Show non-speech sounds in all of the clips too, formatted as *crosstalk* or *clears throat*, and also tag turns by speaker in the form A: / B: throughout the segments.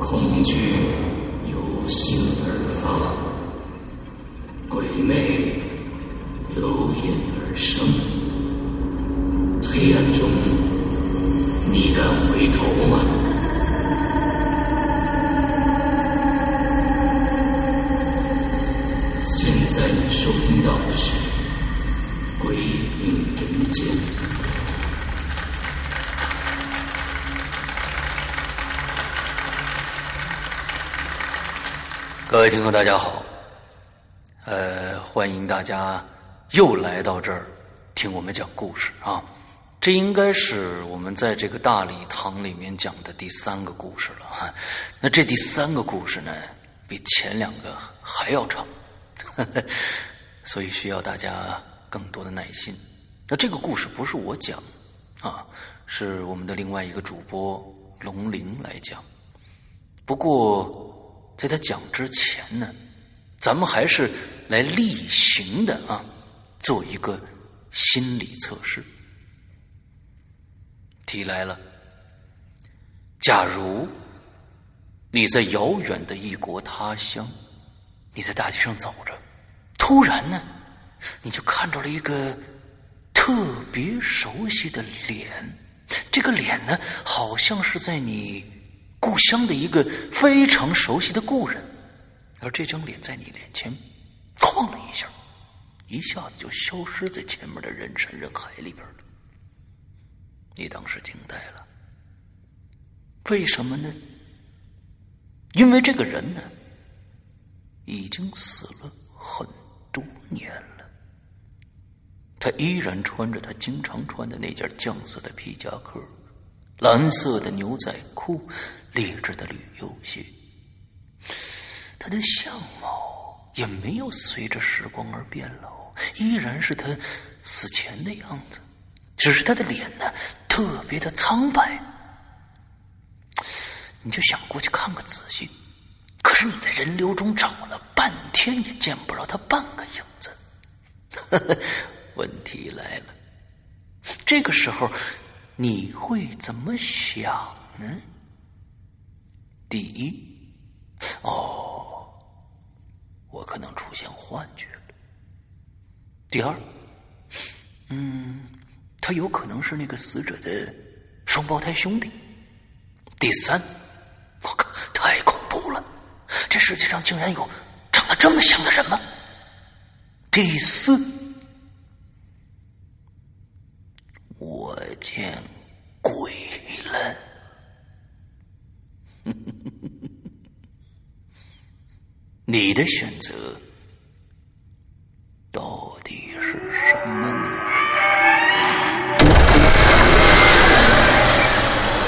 A: 恐惧由心而发，鬼魅由阴而生。黑暗中，你敢回头吗？现在你收听到的是《鬼影人间》。
B: 各位听众，大家好，呃，欢迎大家又来到这儿听我们讲故事啊。这应该是我们在这个大礼堂里面讲的第三个故事了哈。那这第三个故事呢，比前两个还要长，所以需要大家更多的耐心。那这个故事不是我讲啊，是我们的另外一个主播龙鳞来讲。不过在他讲之前呢，咱们还是来例行的啊，做一个心理测试。题来了，假如你在遥远的异国他乡，你在大街上走着，突然呢，你就看到了一个特别熟悉的脸，这个脸呢，好像是在你故乡的一个非常熟悉的故人，而这张脸在你脸前晃了一下，一下子就消失在前面的人山人海里边了。你当时惊呆了，为什么呢？因为这个人呢，已经死了很多年了，他依然穿着他经常穿的那件酱色的皮夹克，蓝色的牛仔裤，劣质的旅游鞋，他的相貌也没有随着时光而变老，依然是他死前的样子。只是他的脸呢特别的苍白，你就想过去看个仔细，可是你在人流中找了半天也见不着他半个影子。 *laughs* 问题来了，这个时候你会怎么想呢？第一，哦，我可能出现幻觉了。第二，嗯。他有可能是那个死者的双胞胎兄弟。第三，我靠，太恐怖了！这世界上竟然有长得这么像的人吗？第四，我见鬼了！ *laughs* 你的选择到底是什么呢？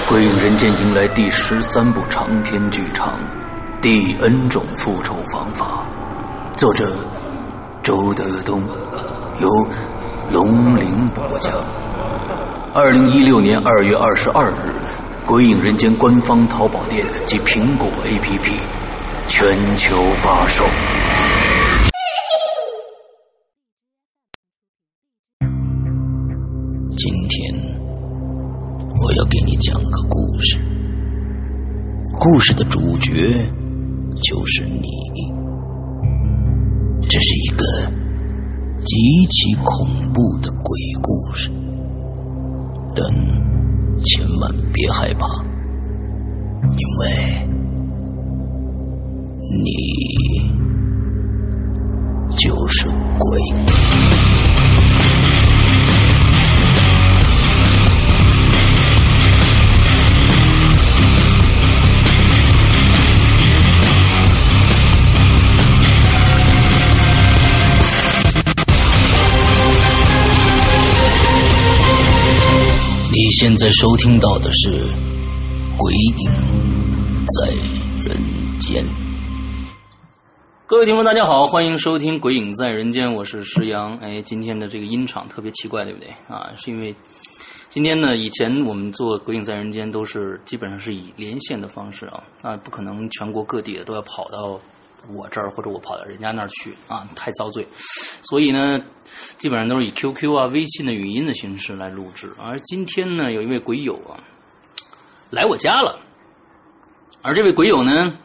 B: 《鬼影人间》迎来第十三部长篇剧场《第 N 种复仇方法》，作者周德东，由龙鳞播讲。二零一六年二月二十二日，《鬼影人间》官方淘宝店及苹果 APP 全球发售。今天。我要给你讲个故事，故事的主角就是你。这是一个极其恐怖的鬼故事，但千万别害怕，因为你就是鬼。你现在收听到的是《鬼影在人间》。各位听众，大家好，欢迎收听《鬼影在人间》，我是石阳。哎，今天的这个音场特别奇怪，对不对啊？是因为今天呢，以前我们做《鬼影在人间》都是基本上是以连线的方式啊，那不可能全国各地的都要跑到。我这儿或者我跑到人家那儿去啊，太遭罪。所以呢，基本上都是以 QQ 啊、微信的语音的形式来录制。而今天呢，有一位鬼友啊来我家了，
C: 而这位鬼友呢，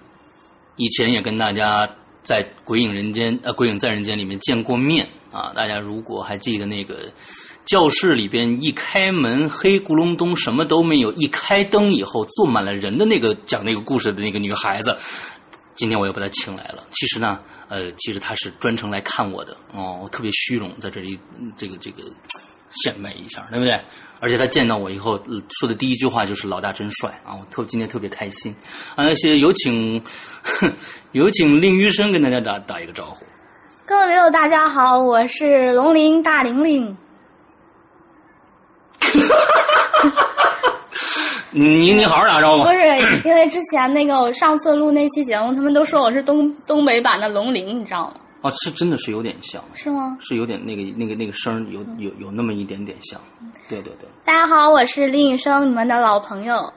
C: 以前也跟大家在《鬼影人间》呃，《鬼影在人间》里面见过面啊。大家如果还记得那个教室里边一开门黑咕隆咚什么都没有，一开灯以后坐满了人的那个讲那个故事的那个女孩子，今天我又把她请来了。其实呢，呃，其实她是专程来看我的哦，我特别虚荣，在这里嗯这个这个显摆一下，对不对？而且他见到我以后、呃说的第一句话就是“老大真帅”啊，我特今天特别开心啊！那些有请 *laughs* 有请令医生跟大家打打一个招呼。
D: 各位朋友，大家好，我是龙鳞大玲玲。 *coughs*
C: 你你好好打招呼啊
D: 不。是因为之前那个我上次录那期节目，他们都说我是东 *coughs* 东北版的龙鳞，你知道吗？
C: 哦，是真的是有点像，
D: 是吗？
C: 是有点那个那个那个声儿有有有那么一点点像。对对对，
D: 大家好，我是林雨生，你们的老朋友。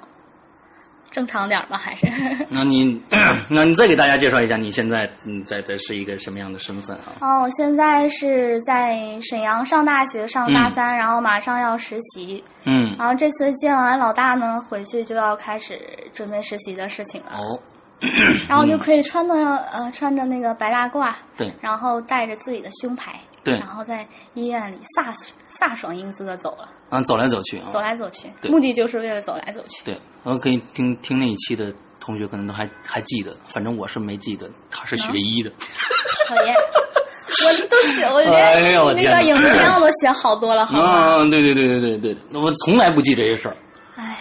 D: 正常点儿吧，还是 *laughs*
C: 那你 *clears throat* 那你再给大家介绍一下，你现在嗯在在是一个什么样的身份啊？
D: 哦，我现在是在沈阳上大学，上大三，然后马上要实习，
C: 嗯，
D: 然后这次见完老大呢，回去就要开始准备实习的事情了，
C: 哦，
D: 然后就可以穿着呃穿着那个白大褂，
C: 对
D: 然后带着自己的胸牌，
C: 对
D: 然，后在医院里飒飒爽英姿的走了，
C: 啊，走来走去啊
D: 走，来走去，
C: 对
D: 目的就是为了走来走去。
C: 对，然后可以听听那一期的同学可能都还还记得，反正我是没记得，他是
D: 啊
C: 学医的。
D: 讨
C: *laughs*
D: 厌，我都写，我
C: 哎呦我天
D: 连那
C: 哪
D: 个影评我都写好多了，好吗？
C: 啊，对对对对对对，我从来不记这些事儿。
D: 哎，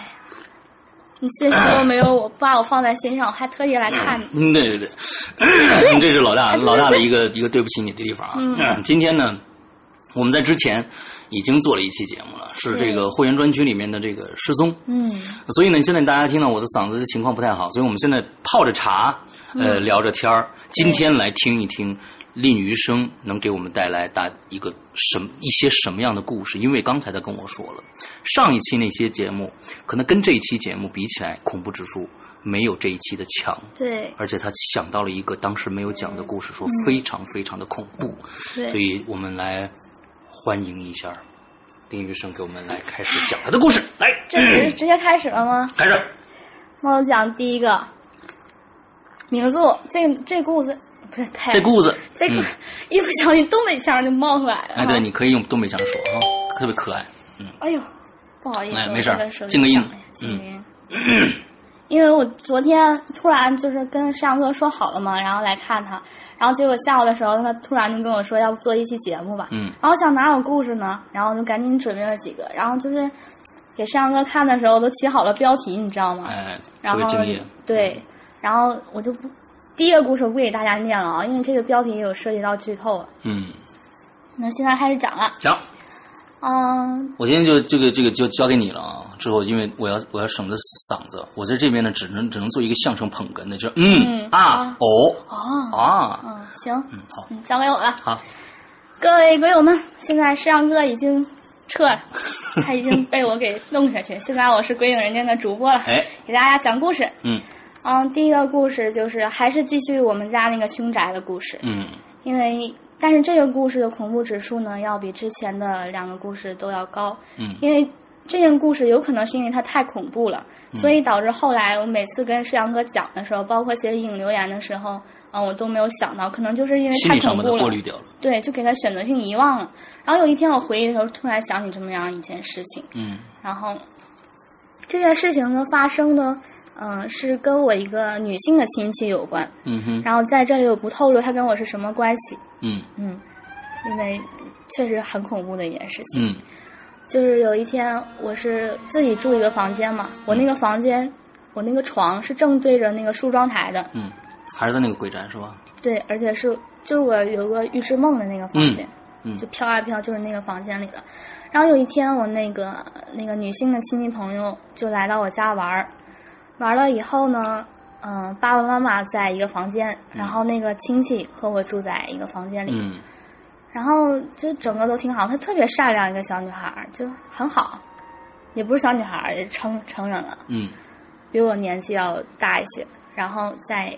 D: 你信息都没有我把我放在心上，我还特意来看你。
C: 嗯，对对对，这是老大
D: 哎对对
C: 老大的一个一个对不起你的地方啊。
D: 嗯
C: 今天呢，我们在之前已经做了一期节目了，是这个会员专区里面的这个失踪。
D: 嗯，
C: 所以呢，现在大家听到我的嗓子情况不太好，所以我们现在泡着茶，呃，
D: 嗯
C: 聊着天儿。今天来听一听令余生能给我们带来大一个什么一些什么样的故事？因为刚才他跟我说了，上一期那些节目可能跟这一期节目比起来，恐怖指数没有这一期的强。
D: 对
C: 而且他想到了一个当时没有讲的故事，说非常非常的恐怖，所
D: 嗯对，
C: 以我们来欢迎一下令余生给我们来开始讲他的故事，来
D: 这直直接开始了吗？
C: 开始。
D: 那我讲第一个，名字我这这故事不是呸
C: 这故事，
D: 这故
C: 嗯
D: *laughs* 一不小心东北腔就冒出来了。
C: 哎，对，你可以用东北腔说啊，特别可爱。
D: 哎呦，不好意思，
C: 哎
D: 我
C: 没事
D: 这
C: 儿
D: 个手机
C: 静个音嗯
D: 响了呀静个音。 *clears throat* 因为我昨天突然就是跟上哥说好了嘛，然后来看他，然后结果下午的时候，他突然就跟我说，要不做一期节目吧。
C: 嗯
D: 然后想哪有故事呢？然后我就赶紧准备了几个，然后就是给上哥看的时候都起好了标题，你知道吗？
C: 哎，
D: 嗯然
C: 特别
D: 后
C: 敬业。
D: 对，然后我就不第一个故事我不给大家念了啊，因为这个标题有涉及到剧透了。啊
C: 嗯，
D: 那现在开始讲了，
C: 行，
D: 嗯，
C: 我今天就这个这个就交给你了啊。之后因为我要我要省着嗓子，我在这边呢只能只能做一个相声捧哏的，就是嗯
D: 嗯
C: 啊
D: 啊
C: 哦
D: 哦，
C: 啊，
D: 嗯，行，
C: 嗯好
D: 嗯，交给我了。
C: 好，
D: 各位鬼友们，现在摄像哥已经
C: *laughs*
D: 撤了，他已经被我给弄下去。现在我是鬼影人间的主播了，
C: 哎
D: 给大家讲故事。
C: 嗯
D: 嗯，第一个故事就是还是继续我们家那个凶宅的故事，
C: 嗯
D: 因为但是这个故事的恐怖指数呢，要比之前的两个故事都要高，
C: 嗯
D: 因为。这件故事有可能是因为它太恐怖了，
C: 嗯
D: 所以导致后来我每次跟摄像哥讲的时候，包括写影留言的时候，啊、我都没有想到，可能就是因为
C: 心
D: 太
C: 理上
D: 恐
C: 把它
D: 怖了。
C: 过滤掉了。
D: 对，就给他选择性遗忘了。然后有一天我回忆的时候，突然想起这么样一件事情，
C: 嗯
D: 然后这件事情呢发生呢，嗯、是跟我一个女性的亲戚有关。
C: 嗯哼
D: 然后在这里我不透露她跟我是什么关系，
C: 嗯
D: 嗯，因为确实很恐怖的一件事情。
C: 嗯
D: 就是有一天我是自己住一个房间嘛，我那个房间，我那个床是正对着那个梳妆台的，
C: 嗯，还是在那个鬼宅是吧？
D: 对，而且是就是我有个预知梦的那个房间，
C: 嗯嗯
D: 就飘啊飘，就是那个房间里的。然后有一天，我那个那个女性的亲戚朋友就来到我家玩儿，玩了以后呢，嗯、爸爸妈妈在一个房间，然后那个亲戚和我住在一个房间里，
C: 嗯
D: 然后就整个都挺好。她特别善良，一个小女孩儿就很好，也不是小女孩儿，也成成人了。
C: 嗯
D: 比我年纪要大一些，然后再，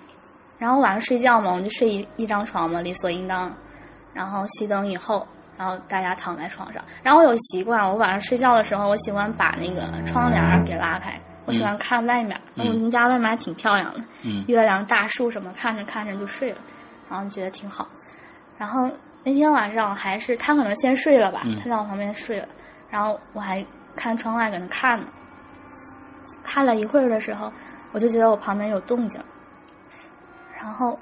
D: 然后晚上睡觉嘛，我们就睡一一张床嘛，理所应当。然后熄灯以后，然后大家躺在床上。然后我有习惯，我晚上睡觉的时候，我喜欢把那个窗帘儿给拉开，我喜欢看外面，
C: 嗯
D: 我们家外面还挺漂亮的，
C: 嗯
D: 月亮、大树什么，看着看着就睡了，然后觉得挺好。然后那天晚上还是他可能先睡了吧，
C: 嗯
D: 他在我旁边睡了，然后我还看窗外搁那看呢。看了一会儿的时候，我就觉得我旁边有动静，然后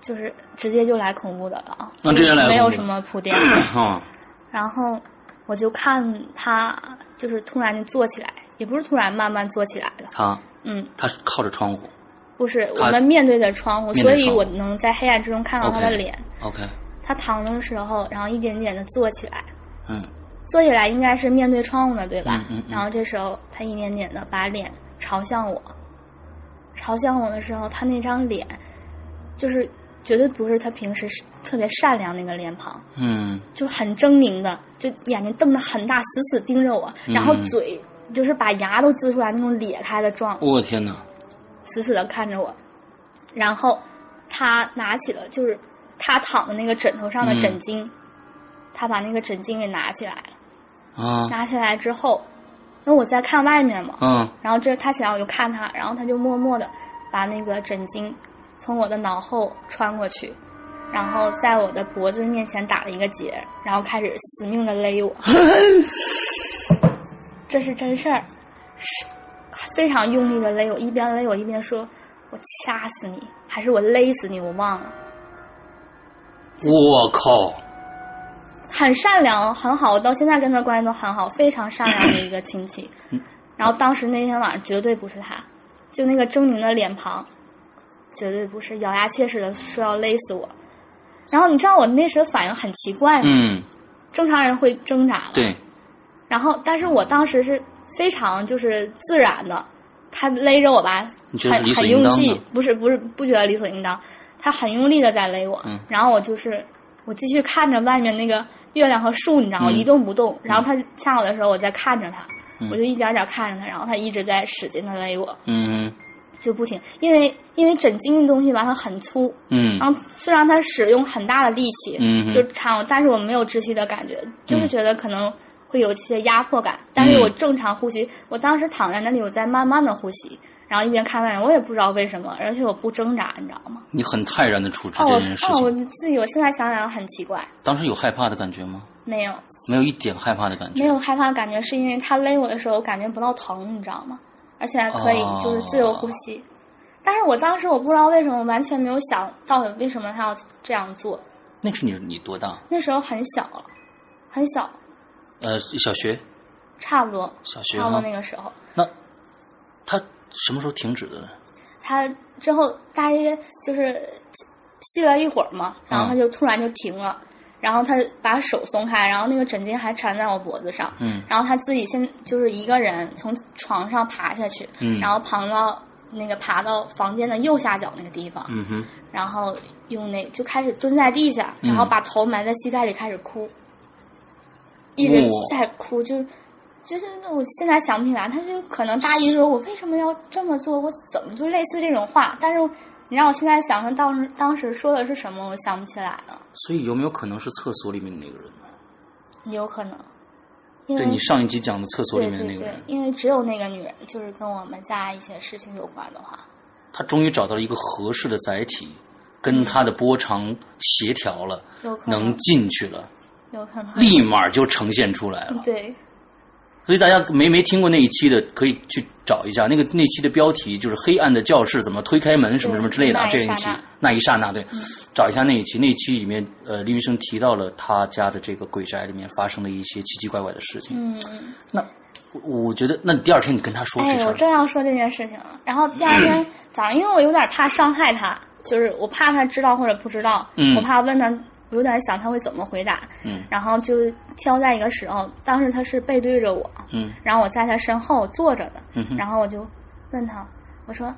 D: 就是直接就来恐怖的了啊，
C: 那直接来
D: 没
C: 恐
D: 有
C: 怖
D: 什
C: 的
D: 么铺垫。 *clears throat*
C: 哦，
D: 然后我就看他就是突然就坐起来，也不是突然慢慢坐起来的，
C: 他
D: 嗯，
C: 他是靠着窗户
D: 不是
C: 他
D: 我们面对着窗户，
C: 面
D: 所
C: 对
D: 以
C: 窗户
D: 我能在黑暗之中看到他的
C: OK
D: 脸。
C: ，OK，
D: 他躺的时候，然后一点点的坐起来，
C: 嗯
D: 坐起来应该是面对窗户的，对吧？
C: 嗯嗯嗯
D: 然后这时候他一点点的把脸朝向我，朝向我的时候，他那张脸就是绝对不是他平时是特别善良那个脸庞，
C: 嗯
D: 就很狰狞的，就眼睛瞪得很大，死死盯着我，然后
C: 嗯
D: 嘴就是把牙都呲出来那种咧开的状，
C: 我天哪，
D: 死死的看着我。然后他拿起了就是他躺的那个枕头上的枕
C: 嗯
D: 巾，他把那个枕巾给拿起来了。
C: 啊，
D: 拿起来之后，因为我在看外面嘛，
C: 嗯
D: 然后这他起来我就看他，然后他就默默的把那个枕巾从我的脑后穿过去，然后在我的脖子面前打了一个结，然后开始死命的勒我。这是真事儿，是非常用力的勒我，一边勒我一边说：“我掐死你，还是我勒死你？我忘了。
C: 我靠，”
D: 很善良，很好，我到现在跟他关系都很好，非常善良的一个亲戚。
C: 嗯
D: 然后当时那天晚上绝对不是他，就那个狰狞的脸庞，绝对不是，咬牙切齿的说要勒死我。然后你知道我那时候反应很奇怪吗？
C: 嗯，
D: 正常人会挣扎的。
C: 对，
D: 然后，但是我当时是非常就是自然的，他勒着我吧
C: 你，觉得是
D: 很
C: 理所
D: 很
C: 应
D: 用
C: 当的
D: 劲，不是不是不觉得理所应当，他很用力的在勒我，
C: 嗯
D: 然后我就是我继续看着外面那个月亮和树，你知道吗？
C: 嗯
D: 一动不动。然后他掐我的时候，我在看着他，
C: 嗯
D: 我就一点点看着他，然后他一直在使劲的勒我，
C: 嗯
D: 就不停，因为因为枕巾的东西吧，它很粗，
C: 嗯
D: 然后虽然他使用很大的力气，
C: 嗯哼嗯
D: 就缠我，但是我没有窒息的感觉，就是觉得可能会有一些压迫感，但是我正常呼吸，我当时躺在那里，我在慢慢的呼吸，然后一边看外面，我也不知道为什么，而且我不挣扎，你知道吗？
C: 你很泰然的处置
D: 哦，我
C: 这件事
D: 哦，我
C: 情，
D: 自己我现在想想很奇怪，
C: 当时有害怕的感觉吗？*laughs*
D: 没有
C: 没有一点害怕的感觉，
D: 没有害怕的感觉，是因为他勒我的时候我感觉不到疼，你知道吗？而且还可以
C: 哦
D: 就是自由呼吸，但是我当时我不知道为什么，我完全没有想到底为什么他要这样做，
C: 那是你你多大？
D: 那时候很小了，很小，
C: 呃，小学，
D: 差不多，
C: 小学
D: 差不多
C: 啊
D: 那，个时候。
C: 那他什么时候停止的呢？
D: 他之后大约就是吸了一会儿嘛，然后他
C: 嗯
D: 就突然就停了，然后他把手松开，然后那个枕巾还缠在我脖子上，
C: 嗯
D: 然后他自己先就是一个人从床上爬下去，
C: 嗯
D: 然后爬到那个爬到房间的右下角那个地方，
C: 嗯哼，
D: 然后用那就开始蹲在地下，
C: 嗯
D: 然后把头埋在膝盖里开始哭，一直
C: 哇
D: 在哭，就就是我现在想不起来，他就可能大意说我为什么要这么做，我怎么就类似这种话，但是你让我现在想他当时当时说的是什么，我想不起来了，
C: 所以有没有可能是厕所里面的那个人呢？
D: 有可能，因
C: 对
D: 为
C: 你上一集讲的厕所里
D: 对
C: 面的
D: 对
C: 那个
D: 嗯对
C: 人，，
D: 因为只有那个女人就是跟我们家一些事情有关的话，
C: 他终于找到了一个合适的载体，
D: 嗯
C: 跟他的波长协调了，
D: 有可能
C: 能进去了，
D: 有可能，
C: 立马就呈现出来了。
D: 嗯对，
C: 所以大家没没听过那一期的，可以去找一下。那个那期的标题就是《黑暗的教室怎么推开门》什么什么之类的啊，
D: 对
C: 这一期
D: 那一刹
C: 那一刹那，对，
D: 嗯
C: 找一下那一期。那一期里面，呃，林医生提到了他家的这个鬼宅里面发生的一些奇奇怪怪的事情。
D: 嗯。嗯
C: 那我我觉得，那你第二天你跟他说
D: 哎
C: 这，事
D: 我
C: 儿，
D: 正要说这件事情了。然后第二
C: *clears throat*
D: 天早上，因为我有点怕伤害他，就是我怕他知道或者不知道，
C: 嗯
D: 我怕问他，我有点想他会怎么回答。
C: 嗯
D: 然后就挑在一个时候，当时他是背对着我，
C: 嗯
D: 然后我在他身后坐着的，
C: 嗯哼
D: 然后我就问他，我说：“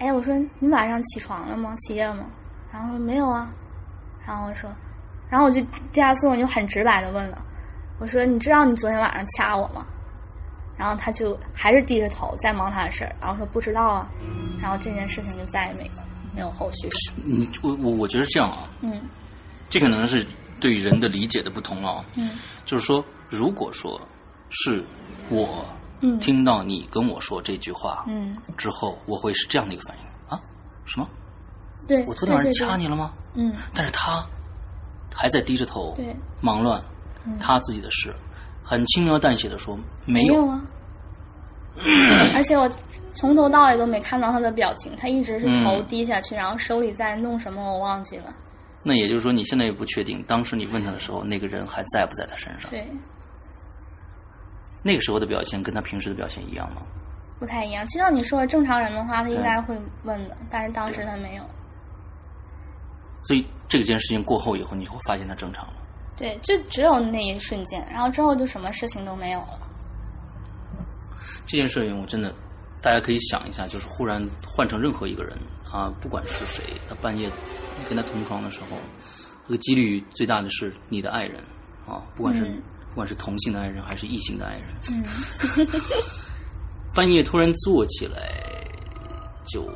D: 哎，我说你晚上起床了吗？起夜了吗？”然后说没有啊，然后我说，然后我就第二次我就很直白的问了，我说：“你知道你昨天晚上掐我吗？”然后他就还是低着头在忙他的事儿，然后说不知道啊，然后这件事情就再也没没有后续。
C: 你我我我觉得这样啊，
D: 嗯
C: 这可能是对人的理解的不同了啊。
D: 嗯
C: 就是说，如果说是我
D: 嗯
C: 听到你跟我说这句话
D: 嗯，
C: 之后，我会是这样的一个反应啊？什么？
D: 对，
C: 我昨天晚上
D: 对
C: 掐，你了吗？
D: 对对嗯，
C: 但是他还在低着头，
D: 对，
C: 忙乱
D: 嗯
C: 他自己的事，很轻描淡写的说没
D: 没
C: 有。
D: 有啊。
C: *clears throat*
D: 而且我从头到尾都没看到他的表情，他一直是头
C: 嗯
D: 低下去，然后手里在弄什么，我忘记了。
C: 那也就是说，你现在也不确定，当时你问他的时候，那个人还在不在他身上？
D: 对，
C: 那个时候的表现跟他平时的表现一样吗？
D: 不太一样。就像你说的，正常人的话，他应
C: 对
D: 该会问的，但是当时他没有。
C: 所以这件事情过后以后，你就会发现他正常了。
D: 对，就只有那一瞬间，然后之后就什么事情都没有了。
C: 这件事情我真的，大家可以想一下，就是忽然换成任何一个人啊，不管是谁，他半夜你跟他同床的时候，这个几率最大的是你的爱人啊，不管是、
D: 嗯
C: 不管是同性的爱人还是异性的爱人，
D: 嗯，
C: 半夜突然坐起来，就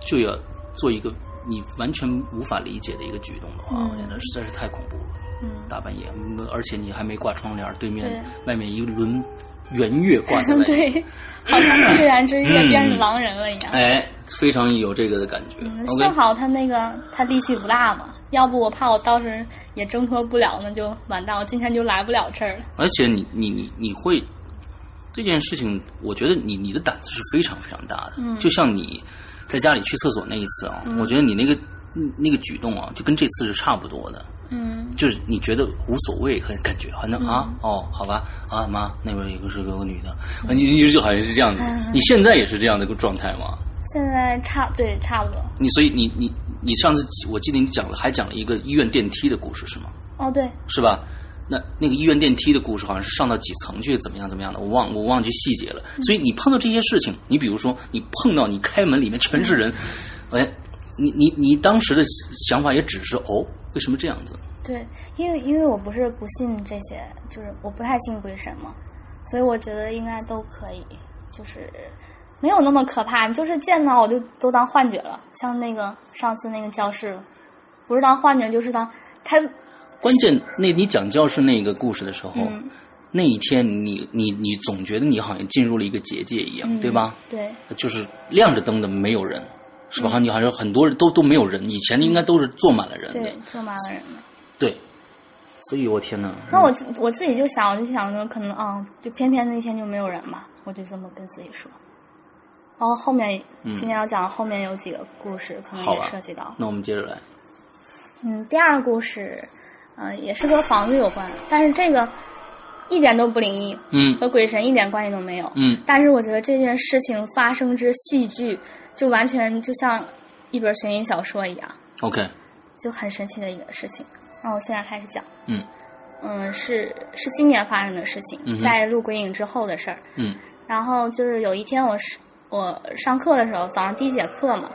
C: 就要做一个你完全无法理解的一个举动的话，
D: 嗯
C: 我觉得实在是太恐怖了。
D: 嗯，
C: 大半夜，嗯而且你还没挂窗帘儿，对面
D: 对
C: 外面一轮圆月挂在外面，
D: *laughs* 对，好像突然之间变成狼人了一样。
C: 哎，非常有这个的感觉。
D: 嗯，
C: OK，
D: 幸好他那个他力气不大嘛，要不我怕我到时也挣脱不了，那就完蛋，我今天就来不了这儿了。
C: 而且你你你你会这件事情，我觉得你你的胆子是非常非常大的。
D: 嗯
C: 就像你在家里去厕所那一次啊，
D: 嗯
C: 我觉得你那个嗯那个举动啊，就跟这次是差不多的。
D: 嗯
C: 就是你觉得无所谓，很感觉好像、啊
D: 嗯
C: 哦，好吧啊妈，那边有个是个女的，啊你你就好像是这样的，
D: 嗯
C: 你现在也是这样的一个状态吗？，
D: 现在差对差不多。
C: 你所以你你你上次我记得你讲了，还讲了一个医院电梯的故事是吗？
D: 哦，对，
C: 是吧？那那个医院电梯的故事好像是上到几层去，怎么样怎么样的，我忘我忘记细节了。所以你碰到这些事情，你比如说你碰到你开门里面全是人，哎，你你你当时的想法也只是哦，为什么这样子？
D: 对，因为因为我不是不信这些，就是我不太信鬼神嘛，所以我觉得应该都可以，就是没有那么可怕。你就是见到我就都当幻觉了，像那个上次那个教室，不是当幻觉就是当他
C: 关键那你讲教室那个故事的时候，
D: 嗯
C: 那一天你你你总觉得你好像进入了一个结界一样，
D: 嗯
C: 对吧？
D: 对
C: 就是亮着灯的没有人，是
D: 嗯
C: 吧？你好像很多人都都没有人，以前应该都是坐满了人的，
D: 对坐满了人了。
C: 对所以我天哪！
D: 那我我自己就想，我就想着可能啊、就偏偏那天就没有人嘛，我就这么跟自己说。然后后面、
C: 嗯
D: 今天要讲的后面有几个故事，可能
C: 好
D: 也
C: 吧
D: 涉及到。
C: 那我们接着来，
D: 嗯，第二个故事，呃，也是跟房子有关，但是这个一点都不灵异，
C: 嗯
D: 和鬼神一点关系都没有。
C: 嗯
D: 但是我觉得这件事情发生之戏剧，就完全就像一本悬疑小说一样，
C: ，OK，
D: 就很神奇的一个事情。那我现在开始讲。
C: 嗯
D: 嗯，是是今年发生的事情，
C: 嗯哼
D: 在录鬼影之后的事儿。
C: 嗯
D: 然后就是有一天我是我上课的时候，早上第一节课嘛，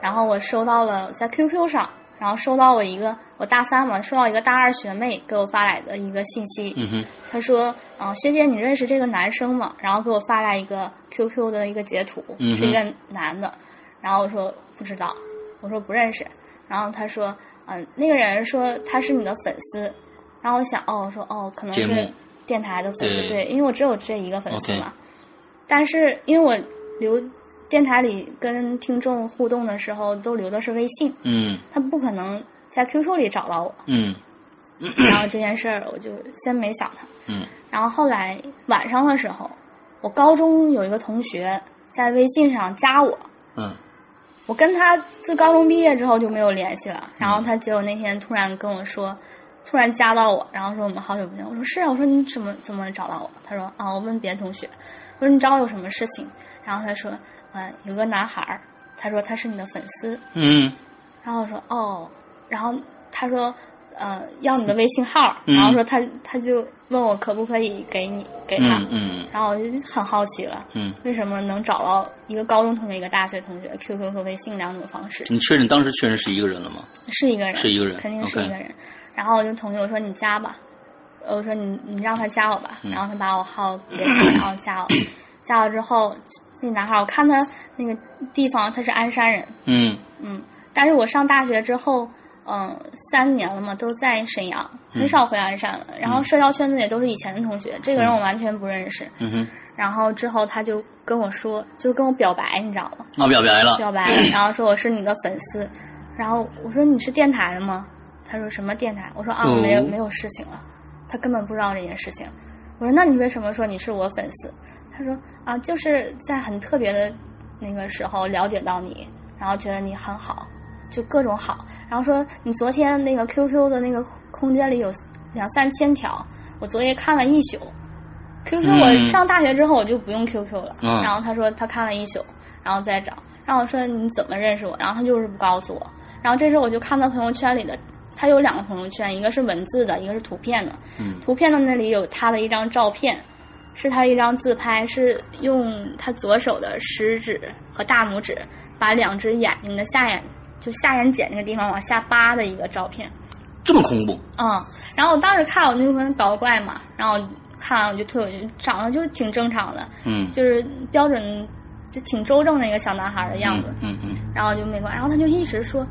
D: 然后我收到了在 QQ 上，然后收到我一个我大三嘛，收到一个大二学妹给我发来的一个信息，
C: 嗯哼
D: 她说：“嗯、学姐，你认识这个男生吗？”然后给我发来一个 QQ 的一个截图，
C: 嗯哼
D: 是一个男的，然后我说不知道，我说不认识，然后他说：“嗯、那个人说他是你的粉丝。”然后我想，哦，我说哦，可能
C: 节目
D: 是电台的粉丝，
C: 对
D: 对，因为我只有这一个粉丝
C: OK
D: 嘛。但是因为我留电台里跟听众互动的时候都留的是微信，
C: 嗯
D: 他不可能在 QQ 里找到我。
C: 嗯
D: 然后这件事儿我就先没想他。
C: 嗯
D: 然后后来晚上的时候，我高中有一个同学在微信上加我，
C: 嗯
D: 我跟他自高中毕业之后就没有联系
C: 嗯
D: 了。然后他结果那天突然跟我说，突然加到我，然后说我们好久不见。我说是啊，我说你怎么怎么找到我？他说啊，我问别的同学，我说你找我有什么事情？然后他说，嗯、有个男孩儿，他说他是你的粉丝。
C: 嗯
D: 然后我说哦，然后他说呃要你的微信号，
C: 嗯
D: 然后说他他就问我可不可以给你给他，
C: 嗯嗯
D: 然后我就很好奇了。
C: 嗯，
D: 为什么能找到一个高中同学、一个大学同学，QQ 和微信两种方式？
C: 你确认当时确认是一个人了吗？
D: 是一个人，
C: 是一个人
D: 肯定是
C: OK
D: 一个人。然后我就同意我说你加吧，呃我说你你让他加我吧，
C: 嗯
D: 然后他把我号给他，然后加我，加我之后那男孩儿我看他那个地方他是鞍山人，
C: 嗯
D: 嗯，但是我上大学之后，嗯三年了嘛，都在沈阳，
C: 嗯
D: 很少回鞍山了。然后社交圈子也都是以前的同学，这个人我完全不认识。
C: 嗯哼，
D: 然后之后他就跟我说，就跟我表白，你知道吗？
C: 那我表白了，
D: 表
C: *clears throat*
D: 白，然后说我是你的粉丝，然后我说你是电台的吗？他说什么电台？我说啊，
C: 哦
D: 没有没有事情了，他根本不知道这件事情。我说那你为什么说你是我粉丝？他说啊，就是在很特别的那个时候了解到你，然后觉得你很好，就各种好，然后说你昨天那个 QQ 的那个空间里有两三千条，我昨夜看了一宿。QQ 我
C: 嗯
D: 上大学之后我就不用 QQ 了，
C: 嗯
D: 然后他说他看了一宿，然后再找，然后我说你怎么认识我？然后他就是不告诉我，然后这时候我就看到朋友圈里的，他有两个朋友圈，一个是文字的，一个是图片的，
C: 嗯
D: 图片的那里有他的一张照片，是他一张自拍，是用他左手的食指和大拇指把两只眼睛的下眼就下眼睑这个地方往下扒的一个照片。
C: 这么恐怖，
D: 嗯，然后我当时看我那部分搞怪嘛，然后看完我就特有长得就是挺正常的，
C: 嗯，
D: 就是标准就挺周正的一个小男孩的样子。
C: 嗯嗯
D: 然后就没管，然后他就一直说，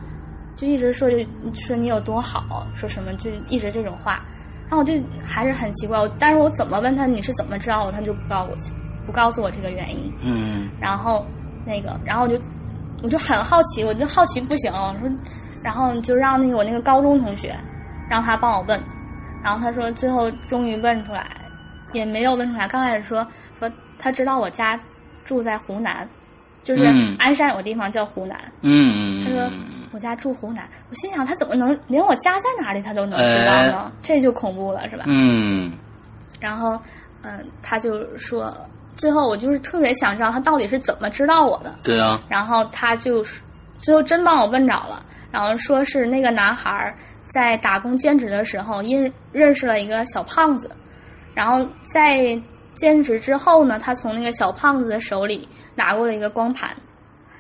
D: 就一直说就说你有多好，说什么就一直这种话，然后我就还是很奇怪，我但是我怎么问他你是怎么知道我，他就不告诉我不告诉我这个原因，
C: 嗯
D: 然后那个，然后我就我就很好奇，我就好奇不行，我说，然后就让那个我那个高中同学让他帮我问，然后他说最后终于问出来，也没有问出来，刚开始说说他知道我家住在湖南。就是
C: 嗯
D: 鞍山有个地方叫湖南，
C: 嗯嗯，
D: 他说我家住湖南，我心想他怎么能连我家在哪里他都能知道呢？这就恐怖了，是吧？
C: 呃嗯
D: 然后，嗯、他就说，最后我就是特别想知道他到底是怎么知道我的。
C: 对啊，
D: 然后他就是最后真帮我问着了，然后说是那个男孩儿在打工兼职的时候，因认识了一个小胖子，然后在兼职之后呢，他从那个小胖子的手里拿过了一个光盘，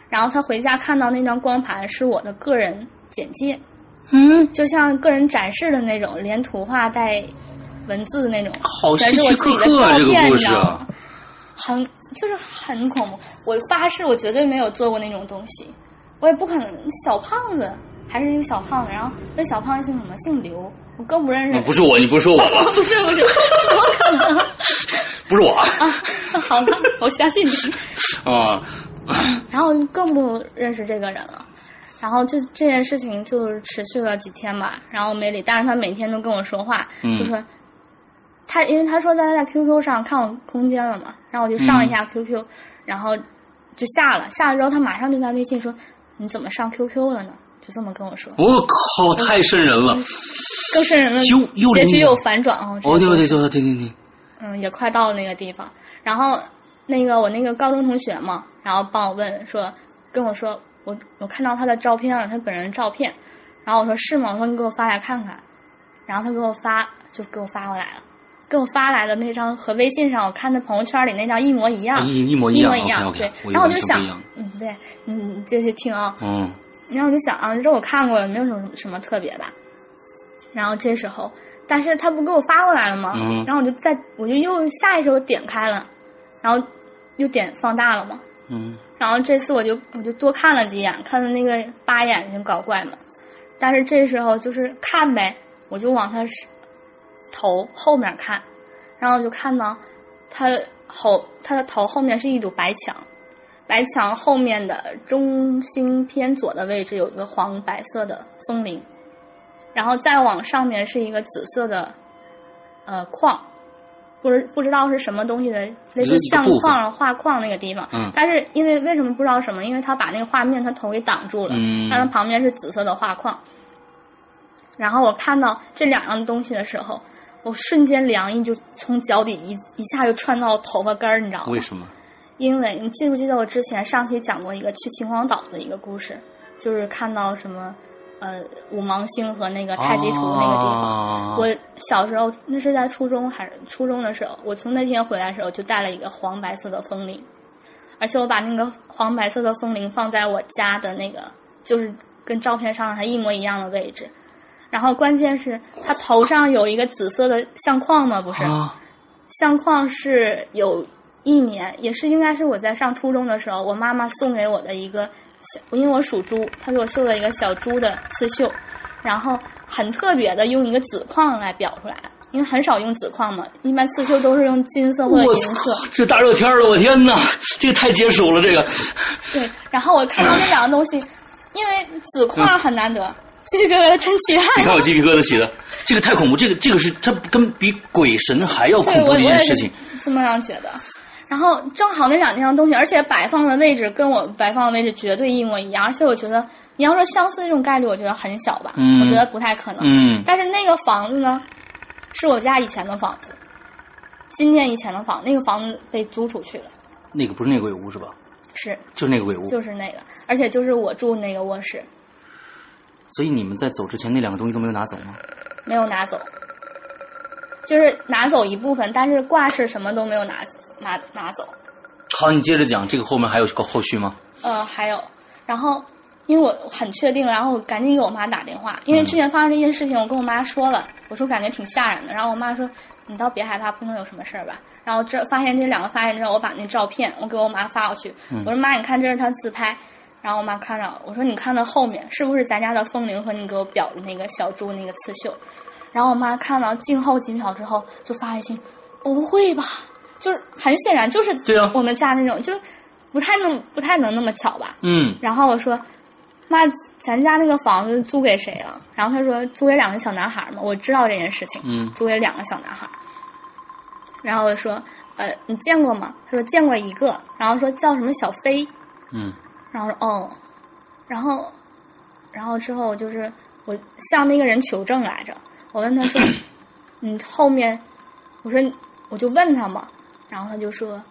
D: 然后他回家看到那张光盘是我的个人简介，
C: 嗯，
D: 就像个人展示的那种，连图画带文字的那种，
C: 好
D: 全
C: 希
D: 是我
C: 区
D: 自己
C: 柯
D: 的
C: 克啊，
D: 照
C: 这个
D: 片，
C: 故
D: 你知
C: 事
D: 道
C: 啊
D: 吗？，很就是很恐怖。我发誓，我绝对没有做过那种东西，我也不可能。小胖子还是一个小胖子，然后那小胖子姓什么？姓刘，我更不认识。
C: 啊不
D: *laughs*
C: 是我，你不是说我吧？
D: 不是不 *laughs* 是，怎么可能 *laughs*
C: 不是我啊
D: 啊？好吧，我相信你。
C: 啊，
D: 然后更不认识这个人了。然后就这件事情就是持续了几天吧，然后没理，但是他每天都跟我说话，
C: 嗯
D: 就说他，因为他说他在 QQ 上看我空间了嘛，然后我就上了一
C: 嗯
D: 下 QQ，、然后就下了，下了之后他马上就在微信说你怎么上 QQ 了呢？就这么跟我说，
C: 我靠，太瘆人了！
D: 更瘆人的
C: 又又
D: 结局
C: 灵
D: 有
C: 感
D: 反转哦。这
C: 哦，
D: 个
C: 对
D: 故
C: 对
D: 事
C: 对对对对，
D: 嗯，也快到了那个地方。然后那个我那个高中同学嘛，然后帮我问说，跟我说我我看到他的照片了，他本人的照片。然后我说是吗？我说你给我发来看看。然后他给我发，就给我发过来了。给我发来的那张和微信上我看他朋友圈里那张一模一样，
C: 哎一一模
D: 一
C: 样
D: 模一样。
C: ，OK
D: 对
C: OK，，
D: 然后我就想
C: 一样，
D: 嗯，对，嗯，你继续听啊、
C: 嗯
D: 然后我就想啊，这我看过了，没有什么什么特别吧。然后这时候，但是他不给我发过来了吗？
C: 嗯
D: 然后我就再，我就又下意识我点开了，然后又点放大了嘛。
C: 嗯
D: 然后这次我就我就多看了几眼，看了那个八眼睛搞怪嘛。但是这时候就是看呗，我就往他是头后面看，然后我就看到他后他的头后面是一堵白墙，白墙后面的中心偏左的位置有一个黄白色的风铃，然后再往上面是一个紫色的呃框，不知不知道是什么东西的，类似
C: 一个
D: 相
C: 部分
D: 框、画框那个地方。
C: 嗯
D: 但是因为为什么不知道什么？因为他把那个画面他头给挡住了，
C: 嗯
D: 让它旁边是紫色的画框。然后我看到这两样东西的时候，我瞬间凉意就从脚底一一下就窜到头发根儿，你知道吗？
C: 为什么？
D: 因为你记不记得我之前上期讲过一个去秦皇岛的一个故事，就是看到什么呃五芒星和那个太极图那个地
C: 哦
D: 方。
C: 方
D: 我小时候那是在初中还是初中的时候，我从那天回来的时候就带了一个黄白色的风铃，而且我把那个黄白色的风铃放在我家的那个就是跟照片上还一模一样的位置。然后关键是它头上有一个紫色的相框嘛，不是？
C: 啊，
D: 相框是有一年，也是应该是我在上初中的时候，我妈妈送给我的一个小，因为我属猪，她给我绣了一个小猪的刺绣，然后很特别的用一个紫框来裱出来，因为很少用紫框嘛，一般刺绣都是用金色或者
C: 我
D: 银
C: 操
D: 色。！
C: 这大热天儿的，我天哪，这个太解暑了，这个
D: 哎对，然后我看到那两个东西，因为紫
C: 嗯
D: 框很难得，鸡皮疙瘩真起
C: 你
D: 汗。
C: 看我鸡皮疙瘩起的，这个太恐怖，这个这个是它跟比鬼神还要恐
D: 对，我
C: 怖
D: 我
C: 的一
D: 也
C: 件事
D: 是
C: 情。
D: 这么样觉得。然后正好那两样东西，而且摆放的位置跟我摆放的位置绝对一模一样，而且我觉得你要说相似这种概率，我觉得很小吧，
C: 嗯
D: 我觉得不太可能。
C: 嗯
D: 但是那个房子呢，是我家以前的房子，今年以前的房，那个房子被租出去了，
C: 那个不是那个鬼屋是吧？
D: 是
C: 就是那个鬼屋。
D: 就是那个，而且就是我住那个卧室，
C: 所以你们在走之前那两个东西都没有拿走吗？
D: 没有拿走，就是拿走一部分，但是挂饰什么都没有拿拿拿走。
C: 好，你接着讲，这个后面还有个后续吗？
D: 呃，还有，然后因为我很确定，然后我赶紧给我妈打电话，因为之前发生这件事情，我跟我妈说了，我说感觉挺吓人的，然后我妈说你倒别害怕，不能有什么事儿吧。然后这发现这两个发现之后，我把那照片我给我妈发过去，我说妈，你看这是她自拍。然后我妈看着我说：“你看到后面是不是咱家的风铃和你给我裱的那个小猪那个刺绣？”然后我妈看到静候几秒之后就发一句：“不会吧？”就是很显然就是
C: 对啊
D: 我们家那种，就是不太能不太能那么巧吧。
C: 嗯，
D: 然后我说：“妈，咱家那个房子租给谁了？”然后她说：“租给两个小男孩嘛。”我知道这件事情，
C: 嗯
D: 租给两个小男孩。然后我说：“呃，你见过吗？”她说：“见过一个。”然后说叫什么小飞。
C: 嗯
D: 然后说哦，然后，然后之后就是我向那个人求证来着，我问他说，你后面，我说我就问他嘛，然后他就说，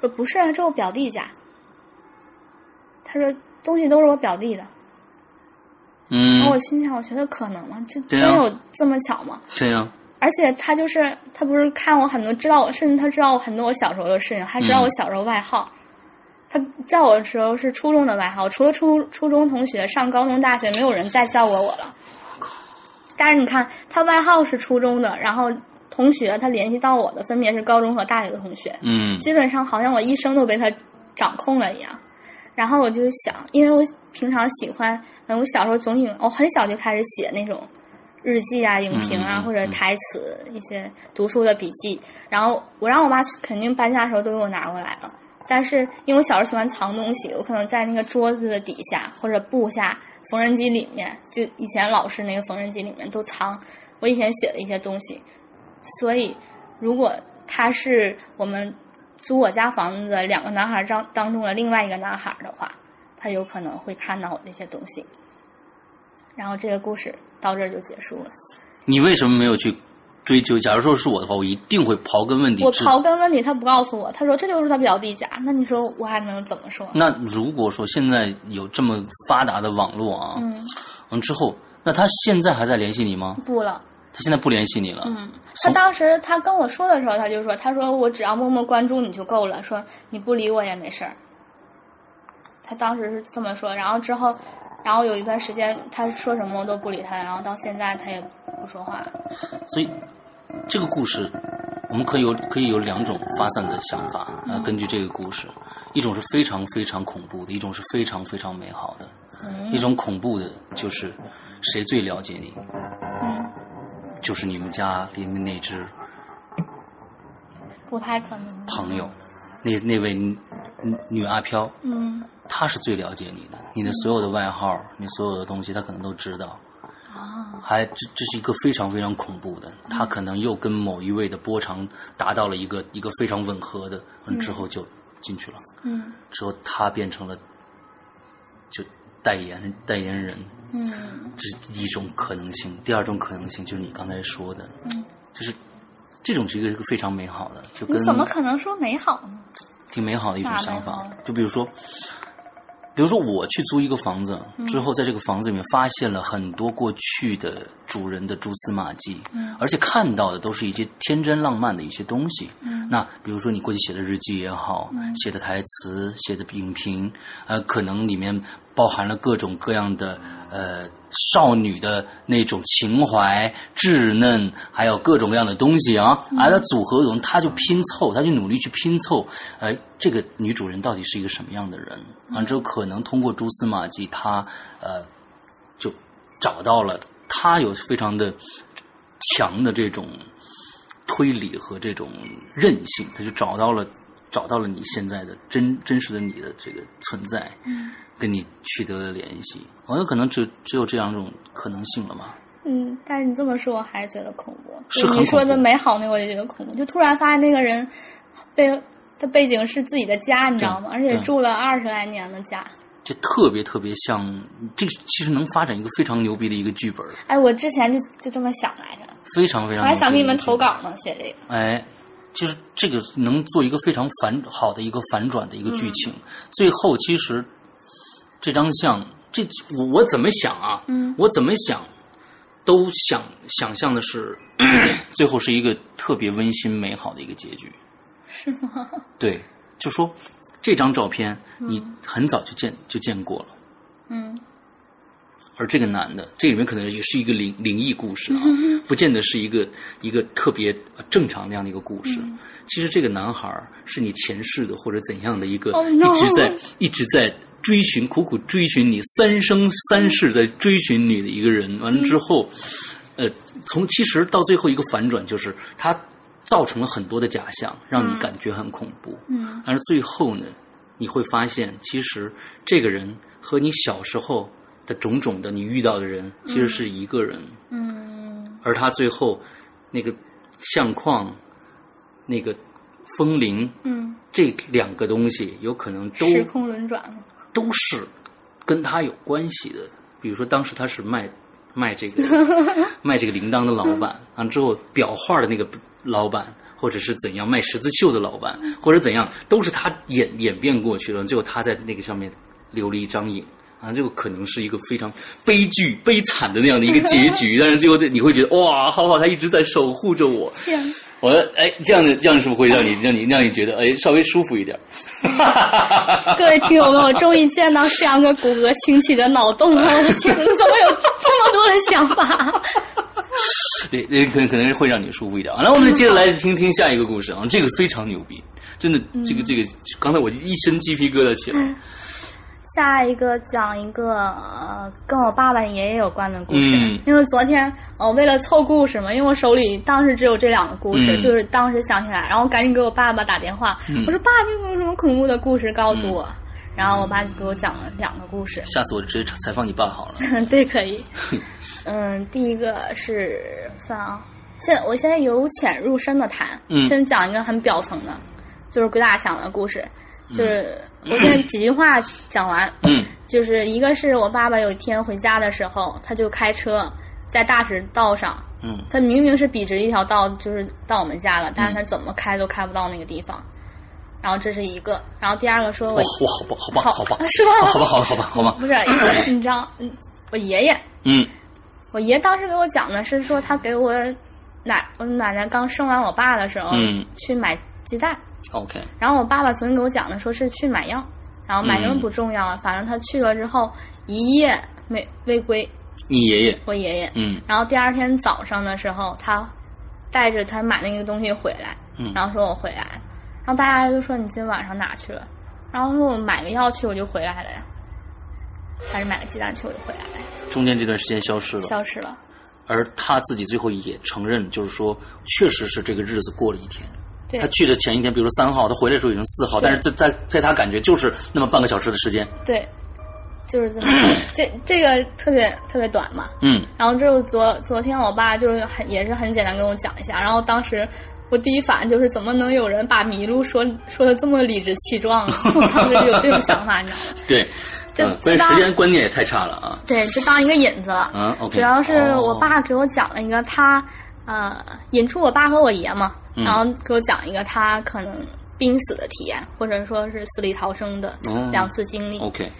D: 说不是啊，这我表弟家，他说东西都是我表弟的，然后我
C: 嗯，
D: 心想，我觉得可能吗？这
C: 对
D: 真
C: 啊
D: 有这么巧吗？
C: 这样，
D: 而且他就是他不是看我很多，知道我，甚至他知道我很多我小时候的事情，还知道
C: 嗯
D: 我小时候外号。他叫我的时候是初中的外号，除了初初中同学，上高中、大学没有人再叫过我了。但是你看，他外号是初中的，然后同学他联系到我的分别是高中和大学的同学，
C: 嗯
D: 基本上好像我一生都被他掌控了一样。然后我就想，因为我平常喜欢，嗯，我小时候总喜欢，我很小就开始写那种日记啊、影评
C: 嗯
D: 啊，
C: 嗯
D: 或者台词一些读书的笔记。然后我让我妈肯定搬家的时候都给我拿过来了，但是因为我小时候喜欢藏东西，我可能在那个桌子的底下或者布下、缝纫机里面，就以前老师那个缝纫机里面都藏我以前写的一些东西。所以，如果他是我们租我家房子的两个男孩当当中的另外一个男孩的话，他有可能会看到我这些东西。然后这个故事到这儿就结束了。
C: 你为什么没有去追究？假如说是我的话，我一定会刨根问底。
D: 我
C: 知
D: 刨根问底，他不告诉我，他说这就是他表弟家。那你说我还能怎么说？
C: 那如果说现在有这么发达的网络啊，
D: 嗯，
C: 嗯，之后，那他现在还在联系你吗？
D: 不了。
C: 他现在不联系你了。
D: 嗯，他当时他跟我说的时候，他就说，他说我只要默默关注你就够了，说你不理我也没事儿。他当时是这么说，然后之后，然后有一段时间他说什么我都不理他，然后到现在他也不说话。
C: 所以这个故事，我们可以有可以有两种发散的想法啊、
D: 嗯
C: 呃根据这个故事，一种是非常非常恐怖的，一种是非常非常美好的。
D: 嗯
C: 一种恐怖的就是谁最了解你，
D: 嗯，
C: 就是你们家里面那只
D: 不太可能。
C: 朋友，那那位女女阿飘，
D: 嗯
C: 她是最了解你的，你的所有的外号，你所有的东西，她可能都知道。
D: 啊，
C: 还这这是一个非常非常恐怖的，
D: 嗯
C: 他可能又跟某一位的波长达到了一个一个非常吻合的，嗯，之后就进去了，
D: 嗯
C: 之后他变成了就代言代言人，
D: 嗯
C: 这是一种可能性。第二种可能性就是你刚才说的，
D: 嗯，
C: 就是这种是一个一个非常美好的，就
D: 你
C: 跟
D: 怎么可能说美好呢？
C: 挺美好的一种想
D: 哪
C: 法
D: 美好。
C: 就比如说，比如说我去租一个房子，
D: 嗯
C: 之后在这个房子里面发现了很多过去的主人的蛛丝马迹，
D: 嗯
C: 而且看到的都是一些天真浪漫的一些东西。
D: 嗯
C: 那比如说你过去写的日记也好，
D: 嗯
C: 写的台词、写的影评，呃，可能里面包含了各种各样的呃少女的那种情怀、稚嫩，还有各种各样的东西啊，啊，它组合中，他就拼凑，他就努力去拼凑，哎、这个女主人到底是一个什么样的人？
D: 嗯
C: 完之后，可能通过蛛丝马迹，她呃就找到了他有非常的强的这种推理和这种韧性，他就找到了找到了你现在的真真实的你的这个存在，
D: 嗯
C: 跟你取得了联系。我有可能只只有这两种可能性了吧？
D: 嗯，但是你这么说，我还是觉得恐怖。
C: 是
D: 就
C: 很
D: 你说的
C: 恐怖
D: 美好那个，我就觉得恐怖。就突然发现那个人背他背景是自己的家，你知道吗？而且
C: 对
D: 住了二十来年的家。
C: 就特别特别像，这个其实能发展一个非常牛逼的一个剧本，
D: 哎，我之前就就这么想来着，
C: 非常非
D: 我
C: 常。
D: 还想给你们投。稿呢，写这个。
C: 哎，就是这个能做一个非常反好的一个反转的一个剧
D: 嗯
C: 情。最后其实这张像，这我我怎么想啊？
D: 嗯
C: 我怎么想都想想象的是， *clears throat* 最后是一个特别温馨美好的一个结局。
D: 是吗？
C: 对，就说这张照片你很早就见就见过了。
D: 嗯
C: 而这个男的，这里面可能也是一个灵灵异故事啊，
D: 嗯
C: 不见得是一个一个特别呃正常那样的一个故事。
D: 嗯
C: 其实这个男孩儿是你前世的或者怎样的一个
D: Oh
C: 一
D: no
C: 直在一直在追寻、苦苦追寻你三生三世在追寻你的一个人。完了之后，呃，从其实到最后一个反转，就是他造成了很多的假象，让你
D: 嗯
C: 感觉很恐怖。
D: 嗯
C: 而最后呢，你会发现，其实这个人和你小时候的种种的你遇到的人，其实是一个人，
D: 嗯
C: 而他最后那个相框、那个风铃
D: 嗯，
C: 这两个东西，有可能都
D: 时空轮转嘛。
C: 都是跟他有关系的。比如说，当时他是卖卖这个卖这个铃铛的老板，完之后裱画的那个老板，或者是怎样卖十字绣的老板，或者怎样，都是他演演变过去了。最后他在那个上面留了一张影。啊，这个可能是一个非常悲剧、悲惨的那样的一个结局，但是最后你会觉得哇，好好，他一直在守护着我，
D: 天哪，
C: 我哎，这样的这样是不是会让你让你让你觉得哎稍微舒服一点？
D: 各位听友们，我终于见到这样一个骨骼清奇的脑洞了！我的天，你怎么有这么多的想法？
C: 对，对，可能可能会让你舒服一点。然啊后我们接着来
D: 嗯
C: 听听下一个故事啊，这个非常牛逼，真的，这个这个，刚才我一身鸡皮疙瘩起
D: 嗯
C: 来。
D: 下一个讲一个呃跟我爸爸爷爷有关的故事，
C: 嗯
D: 因为昨天我、呃为了凑故事嘛，因为我手里当时只有这两个故事，
C: 嗯
D: 就是当时想起来，然后赶紧给我爸爸打电话，
C: 嗯
D: 我说爸，你有没有什么恐怖的故事告诉我？然后我爸就给我讲了两个故事， *laughs*
C: 下次我直接采访你爸好了。
D: 对，可以。 *laughs* 嗯，第一个是算啊，现我现在由浅入深的谈，
C: 嗯
D: 先讲一个很表层的，就是鬼打墙的故事，就是我现在几句话讲完。
C: 嗯
D: 就是一个是我爸爸有一天回家的时候，他就开车在大直道上， *laughs*
C: 嗯
D: 他明明是笔直一条道，就是到我们家了，但是他怎么开都开不到那个地方。然后这是一个，然后第二个说我
C: 哇哇，好吧，好吧，好吧，
D: 是吧？
C: 好吧，好吧，好吧，好吧，
D: 不是你知道，嗯我爷爷， *laughs*
C: 嗯
D: 我爷当时给我讲的是说他给我奶我奶奶刚生完我爸的时候，
C: 嗯
D: 去买鸡蛋，
C: ，OK，
D: 然后我爸爸昨天给我讲的，说是去买药，然后买
C: 嗯
D: 什么不重要，反正他去了之后一夜没未归，
C: 你爷爷，
D: 我爷爷。
C: 嗯
D: 然后第二天早上的时候，他带着他买那个东西回来，
C: 嗯
D: 然后说我回来了，然后大家就说你今晚上哪去了？然后说我买个药去，我就回来了呀，还是买个鸡蛋去，我就回来了呀，
C: 中间这段时间消失了，
D: 消失了。
C: 而他自己最后也承认，就是说，确实是这个日子过了一天。
D: 对
C: 他去的前一天，比如说三号，他回来的时候已经四号，
D: 对
C: 但是在在在他感觉就是那么半个小时的时间。
D: 对，就是这么，这这个特别特别短嘛，
C: 嗯
D: 然后就是昨昨天我爸就是很也是很简单跟我讲一下，然后当时我第一反应就是怎么能有人把迷路说说的这么理直气
C: *laughs*
D: 壮啊？我当时就有这种想法，你知道吗？
C: 对，
D: 这
C: 嗯，关键时间观念也太差了啊。
D: 对，就当一个引子了。
C: 嗯，OK。
D: 主要是我
C: 哦，
D: 爸给我讲了一个他，呃，引出我爸和我爷嘛，
C: 嗯
D: 然后给我讲一个他可能濒死的体验，或者说是死里逃生的
C: 哦
D: 两次经历。
C: OK，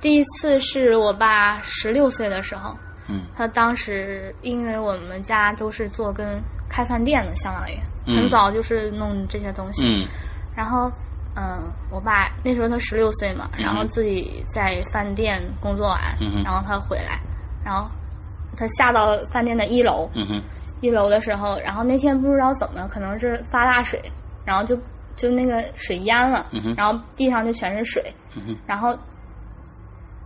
D: 第一次是我爸十六岁的时候，
C: 嗯
D: 他当时因为我们家都是做跟开饭店的，相当于
C: 嗯
D: 很早就是弄这些东西。
C: 嗯
D: 然后，嗯，我爸那时候他十六岁嘛，然后自己在饭店工作完，
C: 嗯哼
D: 然后他回来，然后他下到饭店的一楼，
C: 嗯哼，
D: 一楼的时候，然后那天不知道怎么，可能是发大水，然后就就那个水淹了，
C: 嗯哼
D: 然后地上就全是水，
C: 嗯哼，
D: 然后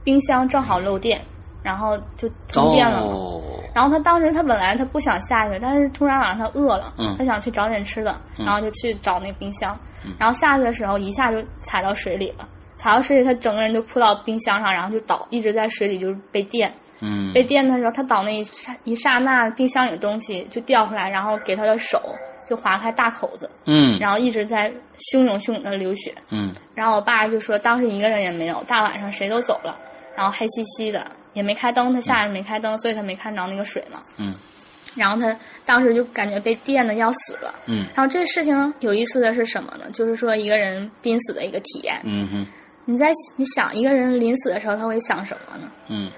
D: 冰箱正好漏电，然后就通电了嘛。
C: 哦
D: 然后他当时他本来他不想下去，但是突然晚上他饿了，
C: 嗯
D: 他想去找点吃的，
C: 嗯
D: 然后就去找那冰箱，然后下去的时候一下就踩到水里了，踩到水里他整个人就扑到冰箱上，然后就倒，一直在水里就是被电，
C: 嗯
D: 被电的时候他倒那一刹一刹那，冰箱里的东西就掉出来，然后给他的手就划开大口子，
C: 嗯
D: 然后一直在汹涌汹涌的流血，
C: 嗯
D: 然后我爸就说当时一个人也没有，大晚上谁都走了，然后黑漆漆的，也没开灯，他下人没开灯，所以他没看着那个水嘛。
C: 嗯。
D: 然后他当时就感觉被电的要死了。
C: 嗯
D: 然后这事情有意思的是什么呢？就是说一个人濒死的一个体验。
C: 嗯哼
D: 你在你想一个人临死的时候，他会想什么呢？
C: 嗯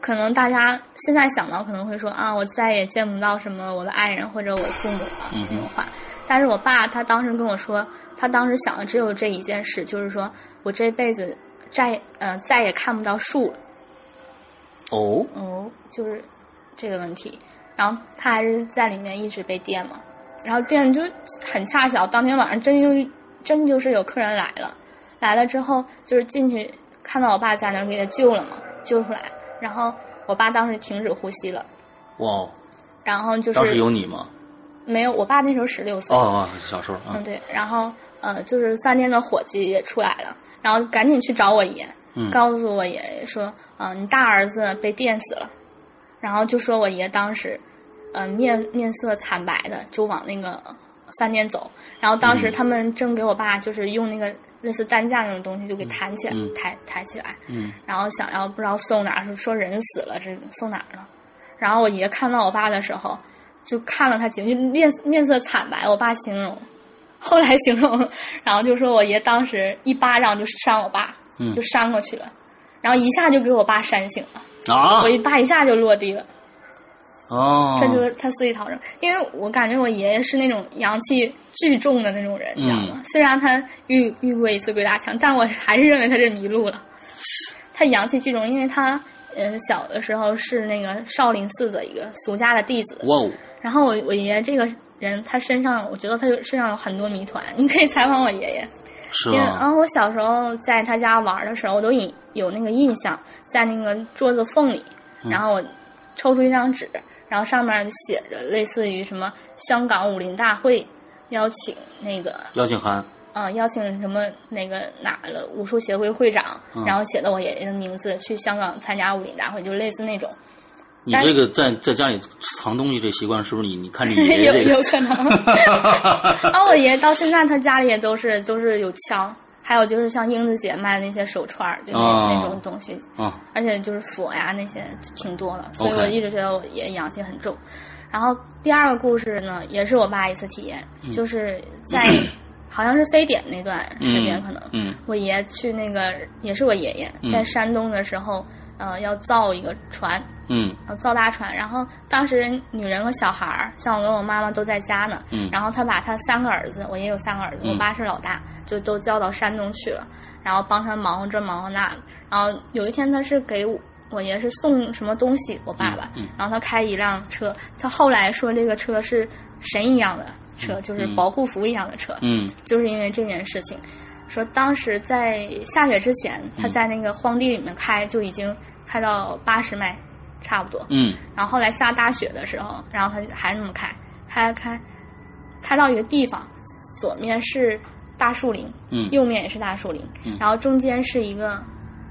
D: 可能大家现在想到可能会说啊，我再也见不到什么我的爱人或者我父母了
C: 嗯哼
D: 那种话。但是我爸他当时跟我说，他当时想的只有这一件事，就是说我这辈子再呃再也看不到树了，
C: 哦
D: 哦，就是这个问题。然后他还是在里面一直被电嘛，然后电就很恰巧，当天晚上真就真就是有客人来了，来了之后就是进去看到我爸在那儿给他救了嘛，救出来，然后我爸当时停止呼吸了，
C: 哇哦，
D: 然后就
C: 当时
D: 是
C: 有你吗？
D: 没有我爸那时候十六岁，
C: 哦哦，小时候啊
D: 嗯，对，然后呃就是饭店的伙计也出来了，然后赶紧去找我爷，
C: 嗯
D: 告诉我爷说，嗯、你大儿子被电死了，然后就说我爷当时，呃面面色惨白的就往那个饭店走，然后
C: 嗯
D: 当时他们正给我爸就是用那个类似担架那种东西就给抬起来，
C: 嗯
D: 抬抬起来，
C: 嗯
D: 然后想要不知道送哪儿，说说人死了，这送哪儿了？然后我爷看到我爸的时候，就看了他几眼，就面面色惨白。我爸形容，后来形容，然后就说我爷当时一巴掌就扇我爸，
C: 嗯
D: 就扇过去了，然后一下就给我爸扇醒了，
C: 啊
D: 我一爸一下就落地了。
C: 哦，
D: 这就是他肆意讨生，因为我感觉我爷爷是那种阳气巨重的那种人，你知道吗？
C: 嗯
D: 虽然他遇遇过一次鬼打墙，但我还是认为他是迷路了。 *laughs* 他阳气巨重，因为他嗯小的时候是那个少林寺的一个俗家的弟子。
C: 哇哦，
D: 然后我我爷爷这个人，他身上我觉得他有身上有很多谜团，你可以采访我爷爷。
C: 是
D: 因为
C: 吗？
D: 嗯，我小时候在他家玩的时候，我都隐有那个印象，在那个桌子缝里，
C: 嗯
D: 然后我抽出一张纸，然后上面写着类似于什么香港武林大会邀请那个
C: 邀请函，
D: 嗯、呃邀请什么那个哪个武术协会会长，
C: 嗯
D: 然后写的我爷爷的名字去香港参加武林大会，就类似那种，
C: 你
D: 但
C: 这个在在家里藏东西这习惯是不是你？你看你爷爷
D: *laughs* 有
C: 这
D: 有
C: 个，
D: 可能。 *laughs* 然后我爷爷到现在他家里也都是都是有枪，还有就是像英子姐卖的那些手串儿，就
C: *laughs*
D: 那、
C: 哦
D: 那种东西，
C: 啊，
D: 而且就是佛呀那些挺多的，所以
C: OK
D: 我一直觉得我也阳气很重。然后第二个故事呢，也是我爸一次体验，
C: 嗯
D: 就是
C: *clears throat*
D: 在好像是非典那段时间，
C: 嗯
D: 可能、
C: 嗯
D: 我爷去那个也是我爷爷
C: 嗯
D: 在山东的时候，呃，要造一个船，
C: 嗯
D: 呃，造大船。然后当时女人和小孩儿，像我跟我妈妈都在家呢。
C: 嗯
D: 然后他把他三个儿子，我也有三个儿子，
C: 嗯
D: 我爸是老大，就都叫到山东去了，然后帮他忙活这忙活那的。然后有一天他是给我。我爷是送什么东西，我爸爸，
C: 嗯嗯
D: 然后他开一辆车，他后来说这个车是神一样的车，就是
C: 嗯
D: 保护服一样的车，
C: 嗯
D: 就是因为这件事情，说当时在下雪之前，
C: 嗯
D: 他在那个荒地里面开，就已经开到八十迈，差不多。
C: 嗯
D: 然后后来下大雪的时候，然后他还是那么开，开开，开到一个地方，左面是大树林，
C: 嗯
D: 右面也是大树林，
C: 嗯
D: 然后中间是一个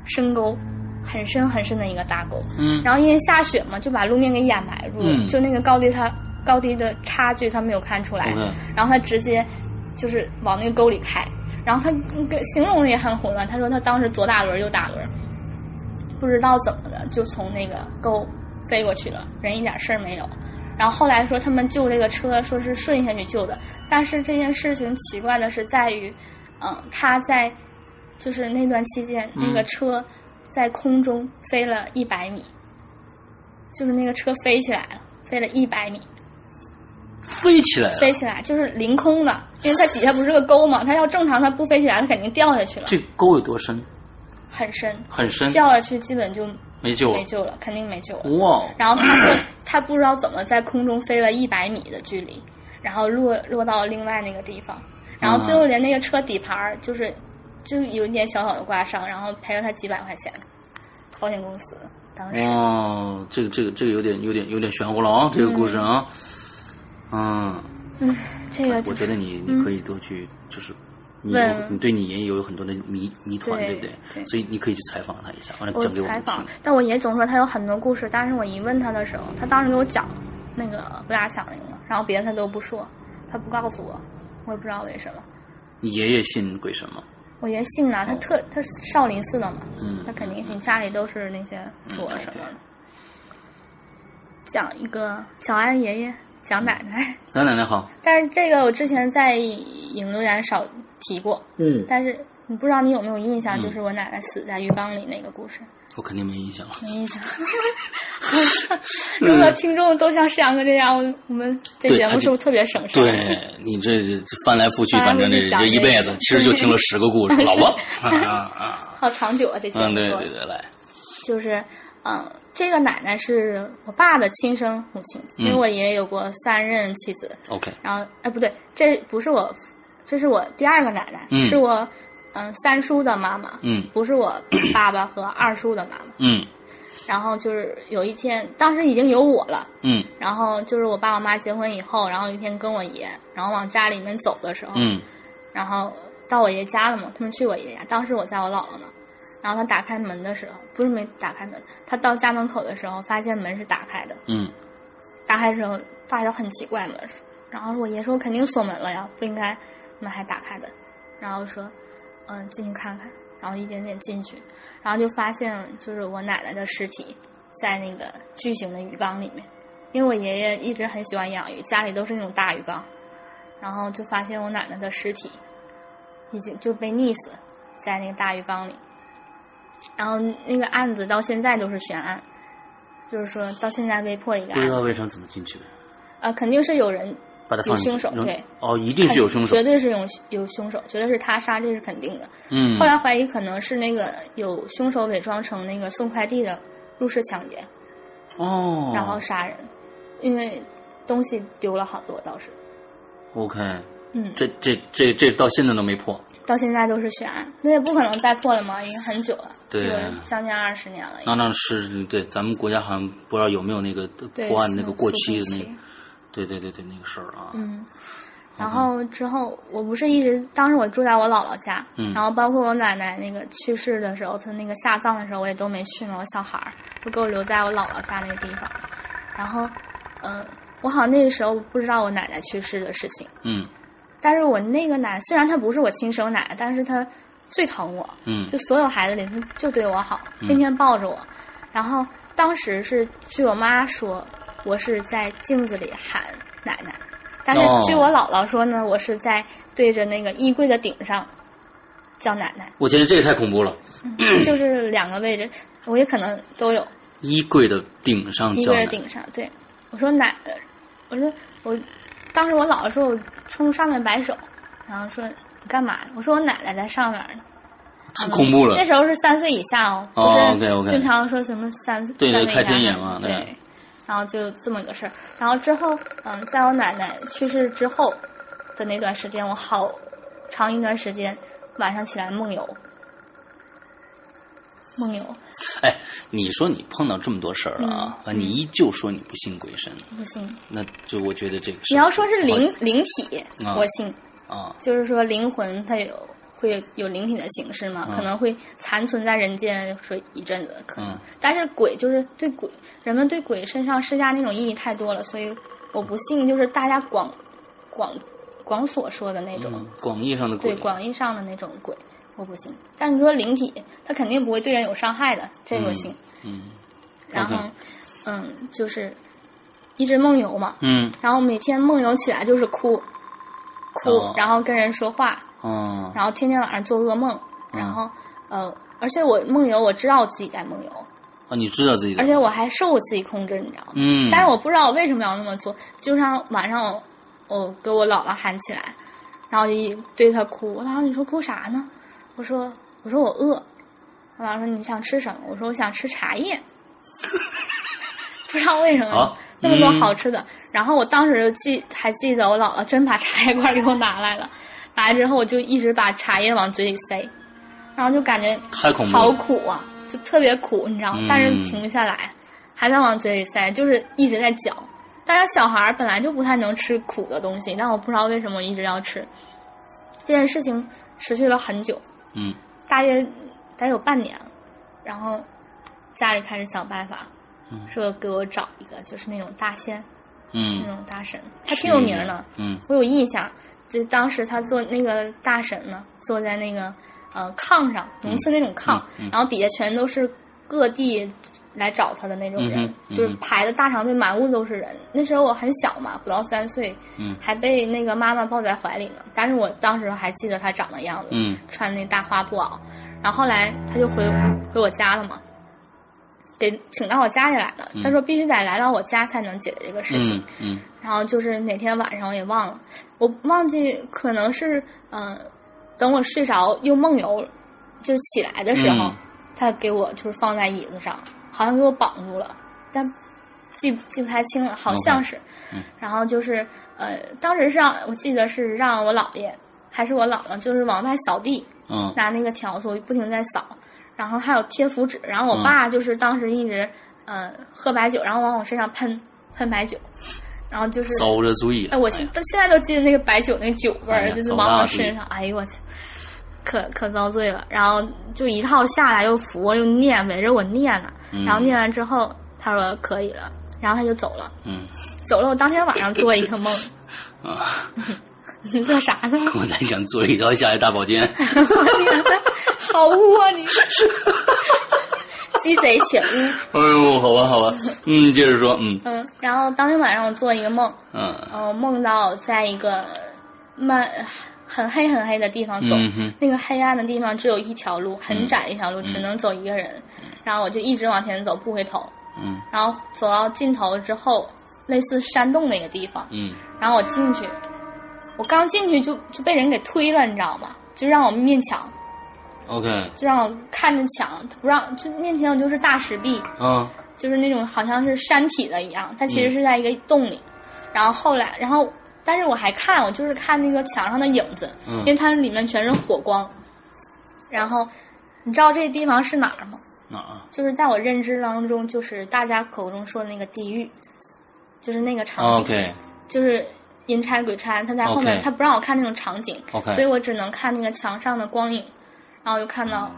D: 深沟，很深很深的一个大沟。
C: 嗯
D: 然后因为下雪嘛，就把路面给掩埋住了，
C: 嗯
D: 就那个高低它高低的差距他没有看出来。
C: ，OK，
D: 然后他直接就是往那个沟里开，然后他那个形容的也很混乱，他说他当时左打轮右打轮，不知道怎么的就从那个沟飞过去了，人一点事儿没有。然后后来说他们救这个车，说是顺下去救的，但是这件事情奇怪的是在于，嗯，他在就是那段期间，
C: 嗯
D: 那个车在空中飞了一百米，就是那个车飞起来了，飞了一百米，
C: 飞起来了
D: 飞，起来，就是凌空的，因为它底下不是个沟嘛，它要正常它不飞起来，它肯定掉下去了，
C: 这沟有多深？
D: 很深，
C: 很深，
D: 掉下去基本就
C: 没救了
D: 没。救了，肯定没救了。
C: 哇哦，
D: 然后他
C: *laughs*
D: 说他不知道怎么在空中飞了一百米的距离，然后落落到另外那个地方，然后
C: 嗯
D: 最后连那个车底盘儿就是就有一点小小的刮伤，然后赔了他几百块钱，保险公司。当时
C: 哦，这个这个这个有点有点有点玄乎了啊，这个故事啊，嗯，
D: 这个
C: 我
D: 就
C: 觉
D: 是嗯
C: 得你你可以多去，就是你
D: 问
C: 有你对你爷爷有很多的谜谜团，
D: 对
C: 对不对？
D: 对
C: 所以你可以去采访他一下，完了
D: 我
C: 讲给我
D: 采
C: 们听
D: 访。，但我爷总说他有很多故事，但是我一问他的时候，他当时给我讲那个不拉响铃了，然后别的他都不说，他不告诉我，我也不知道为什么。
C: 你爷爷信鬼神吗？
D: 我爷信了，
C: 哦
D: 他特他是少林寺的嘛，
C: 嗯
D: 他肯定信，家里都是那些佛什么的。讲一个蒋安爷爷，蒋奶奶，
C: 老奶奶好，
D: 但是这个我之前在影留言少提过，
C: 嗯，
D: 但是你不知道你有没有印象，
C: 嗯
D: 就是我奶奶死在浴缸里那个故事，
C: 我肯定没印象了。
D: 没印象。 *laughs* 如果听众都像世阳哥这样，我们这
C: 对
D: 节
C: 他
D: 目
C: 就是
D: 不是特别省事？
C: 对你这这翻来覆去，
D: 翻来
C: 反正
D: 覆 *laughs* 去
C: 这
D: 讲
C: 这一
D: 这个
C: 辈子其实就听了十个故事，老
D: *laughs*
C: 王啊啊啊，
D: 好长久啊，这节目
C: 嗯，对
D: 做
C: 对
D: 的
C: 对，来，
D: 就是，嗯，这个奶奶是我爸的亲生母亲，因为
C: 嗯
D: 我爷爷有过三任妻子，
C: OK，
D: 然后，哎，不对，这不是我，这是我第二个奶奶，
C: 嗯
D: 是我，嗯，三叔的妈妈，
C: 嗯
D: 不是我爸爸和二叔的妈妈。
C: 嗯
D: 然后就是有一天，当时已经有我了，
C: 嗯
D: 然后就是我爸我妈结婚以后，然后有一天跟我爷，然后往家里面走的时候，
C: 嗯
D: 然后到我爷家了嘛，他们去我爷家，当时我在我姥姥那儿，然后他打开门的时候，不是没打开门，他到家门口的时候，发现门是打开的，
C: 嗯
D: 打开的时候发现很奇怪门，然后我爷说肯定锁门了呀，不应该门还打开的，然后说，嗯、进去看看，然后一点点进去，然后就发现就是我奶奶的尸体在那个巨型的鱼缸里面，因为我爷爷一直很喜欢养鱼，家里都是那种大鱼缸，然后就发现我奶奶的尸体已经就被溺死在那个大鱼缸里，然后那个案子到现在都是悬案。就是说到现在未破一
C: 不
D: 个案
C: 知
D: 子，
C: 道为啥怎么进去的，
D: 啊，肯定是有人，
C: 把他放进去
D: 有凶手
C: 扔
D: 对
C: 哦，一定是有凶手
D: 绝，对是有有凶手，绝对是他杀，这是肯定的。
C: 嗯
D: 后来怀疑可能是那个有凶手伪装成那个送快递的入室抢劫，
C: 哦，
D: 然后杀人，因为东西丢了好多倒是，
C: OK，
D: 嗯，
C: 这这这这到现在都没破，
D: 到现在都是悬案，那也不可能再破了嘛，已经很久了，
C: 对啊
D: 有将近二十年了。
C: 那那是对咱们国家好像不知道有没有那个
D: 对，
C: 破案那
D: 是
C: 个过期的
D: 速
C: 那
D: 度
C: 个
D: 期，
C: 对对对对那个事儿啊，
D: 嗯，然后之后我不是一直，当时我住在我姥姥家，
C: 嗯
D: 然后包括我奶奶那个去世的时候，她那个下葬的时候我也都没去嘛，我小孩儿都给我留在我姥姥家那个地方。然后，嗯、我好像那个时候不知道我奶奶去世的事情，
C: 嗯
D: 但是我那个奶虽然她不是我亲生奶奶，但是她最疼我，
C: 嗯
D: 就所有孩子里她就对我好，天天抱着我。然后当时是据我妈说，我是在镜子里喊奶奶，但是
C: 哦
D: 据我姥姥说呢，我是在对着那个衣柜的顶上叫奶奶，
C: 我觉得这个太恐怖了，嗯
D: 就是两个位置，我也可能都有
C: 衣柜的顶上
D: 衣
C: 叫
D: 柜的
C: 呢，
D: 顶上。对，我说奶，我说我，当时我姥姥说我冲上面摆手，然后说你干嘛？我说我奶奶在上面呢。
C: 太恐怖了
D: 那，时候嗯是三岁以下哦，
C: 哦
D: 不
C: OK，OK
D: 是经常说什么三
C: 对对
D: 三岁以
C: 开
D: 下
C: 天眼嘛
D: 对
C: 对
D: 然后就这么一个事儿。然后之后，嗯，在我奶奶去世之后的那段时间，我好长一段时间晚上起来梦游，梦游
C: 哎，你说你碰到这么多事儿了啊，
D: 嗯
C: 啊你依旧说你不信鬼神，
D: 不信。
C: 那就我觉得这个事
D: 你
C: 儿
D: 要说是灵
C: 不
D: 灵体，
C: 啊
D: 我信，
C: 好啊，
D: 就是说灵魂它有会有灵体的形式嘛，
C: 嗯
D: 可能会残存在人间说一阵子，可能。
C: 嗯
D: 但是鬼就是对鬼，人们对鬼身上施加那种意义太多了，所以我不信，就是大家广广广所说的那种，
C: 嗯，广义上的
D: 对
C: 鬼，
D: 广义上的那种鬼，我不信。但是你说灵体，它肯定不会对人有伤害的，这个我信。
C: 嗯
D: 然后
C: OK
D: 嗯，就是一直梦游嘛，
C: 嗯
D: 然后每天梦游起来就是哭。哭，
C: 哦
D: 然后跟人说话，
C: 哦
D: 然后天天晚上做噩梦，
C: 嗯
D: 然后呃，而且我梦游，我知道我自己在梦游，
C: 啊，你知道自己的，
D: 而且我还受我自己控制，你知道吗？
C: 嗯，
D: 但是我不知道我为什么要那么做，就像晚上我我给我姥姥喊起来，然后我就一对她哭，我姥姥你说哭啥呢？我说我说我饿，我姥姥说你想吃什么？我说我想吃茶叶，不知道为什么、
C: 好
D: 那么多
C: 嗯
D: 好吃的。然后我当时就记还记得我姥姥真把茶叶罐给我拿来了，拿来之后我就一直把茶叶往嘴里塞，然后就感觉
C: 太恐怖了
D: 好苦啊，就特别苦，你知道吗？但是
C: 嗯
D: 停不下来，还在往嘴里塞，哎就是一直在嚼。但是小孩儿本来就不太能吃苦的东西，但我不知道为什么一直要吃。这件事情持续了很久，
C: 嗯
D: 大约得有半年了，然后家里开始想办法，
C: 嗯
D: 说给我找一个就是那种大仙，那
C: 嗯
D: 种大神，他挺有名儿的，
C: 嗯
D: 我有印象。就当时他坐那个大神呢，坐在那个呃炕上，农村那种炕，
C: 嗯嗯
D: 然后底下全都是各地来找他的那种人，
C: 嗯哼
D: 就是
C: 嗯哼
D: 排的大长队，满屋都是人。那时候我很小嘛，不到三岁，
C: 嗯
D: 还被那个妈妈抱在怀里呢。但是我当时还记得他长的样子，
C: 嗯
D: 穿那大花布袄，然后后来他就回回我家了嘛，给请到我家里来了。他说必须得来到我家才能解决这个事情。
C: 嗯嗯
D: 然后就是哪天晚上我也忘了，我忘记可能是嗯、呃等我睡着又梦游，就是起来的时候，
C: 嗯
D: 他给我就是放在椅子上，好像给我绑住了，但记记不太清了，好像是。
C: 嗯
D: 然后就是呃，当时是让我记得是让我姥爷还是我姥姥，就是往外扫地，
C: 嗯
D: 拿那个笤帚不停在扫，然后还有贴符纸。然后
C: 嗯
D: 我爸就是当时一直呃喝白酒，然后往我身上喷喷白酒，然后就是
C: 遭着啊罪
D: 哎，我现到现在都记得那个白酒那个酒味
C: 哎
D: 儿，
C: 呀
D: 就是
C: 遭
D: 往
C: 大
D: 我
C: 罪
D: 身上，哎呦我去，可可遭罪了。然后就一套下来又扶我又念，围着我念呢。
C: 嗯
D: 然后念完之后，他说可以了，然后他就走了。
C: 嗯
D: 走了，我当天晚上做一个梦， *laughs*
C: 啊， *laughs*
D: 你做啥呢？
C: 我在想做一道下来大保健，
D: 我天呐， *laughs* 好污啊你！鸡贼且污，
C: *laughs* 哎呦，好吧好吧，嗯，接着说，嗯
D: 嗯。然后当天晚上我做一个梦，
C: 嗯
D: 呃，梦到在一个漫很黑很黑的地方走，
C: 嗯哼
D: 那个黑暗的地方只有一条路，很窄一条路，只能走一个人。然后我就一直往前走，不回头。
C: 嗯
D: 然后走到尽头之后，类似山洞的一个地方，
C: 嗯
D: 然后我进去，我刚进去就就被人给推了，你知道吗？就让我面墙，
C: ，OK，
D: 就让我看着墙，他不让，就面前我就是大石壁，
C: 啊
D: 就是那种好像是山体的一样，它其实是在一个洞里。然后后来，然后但是我还看，我就是看那个墙上的影子，
C: 嗯
D: 因为它里面全是火光。然后你知道这地方是哪儿吗？
C: 哪儿啊
D: 就是在我认知当中，就是大家口中说的那个地狱，就是那个场景
C: 哦？OK
D: 就是阴差鬼差，他在后面
C: OK
D: 他不让我看那种场景
C: OK
D: 所以我只能看那个墙上的光影，然后就看到，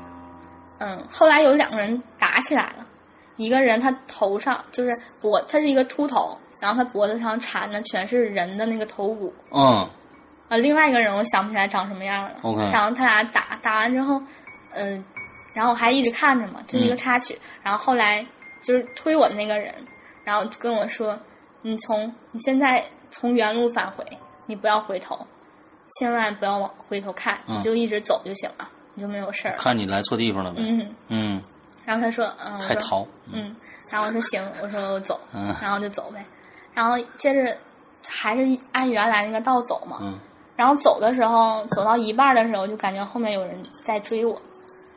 D: 嗯，后来有两个人打起来了，一个人他头上就是脖，他是一个秃头，然后他脖子上缠的全是人的那个头骨，
C: 嗯
D: 呃，另外一个人我想不起来长什么样了。
C: OK
D: 然后他俩打打完之后，嗯、然后我还一直看着嘛，这是一个
C: 嗯
D: 插曲。然后后来就是推我的那个人，然后就跟我说：“你从你现在从原路返回，你不要回头，千万不要往回头看，
C: 嗯
D: 你就一直走就行了，你就没有事儿了。
C: 看你来错地方了”呗，
D: 嗯，
C: 嗯，
D: 然后他说：“嗯，我
C: 还
D: 说
C: 逃，
D: 嗯，然后我说行，我说我走，
C: 嗯
D: 然后就走呗。然后接着还是按原来那个道走嘛。
C: 嗯，
D: 然后走的时候，走到一半的时候，就感觉后面有人在追我，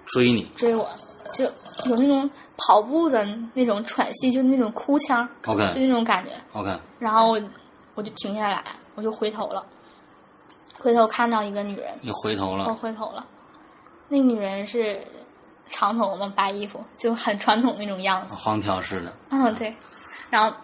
C: 追你
D: 追我，就有那种跑步的那种喘息，就那种哭腔，就
C: ，OK
D: 那种感觉。
C: OK，
D: 然后我我就停下来，我就回头了，回头看到一个女人，
C: 你回头
D: 我
C: 了，
D: 回头了，那女人是长头发、白衣服，就很传统那种样子。
C: 黄条啊似的，
D: 嗯，对。然后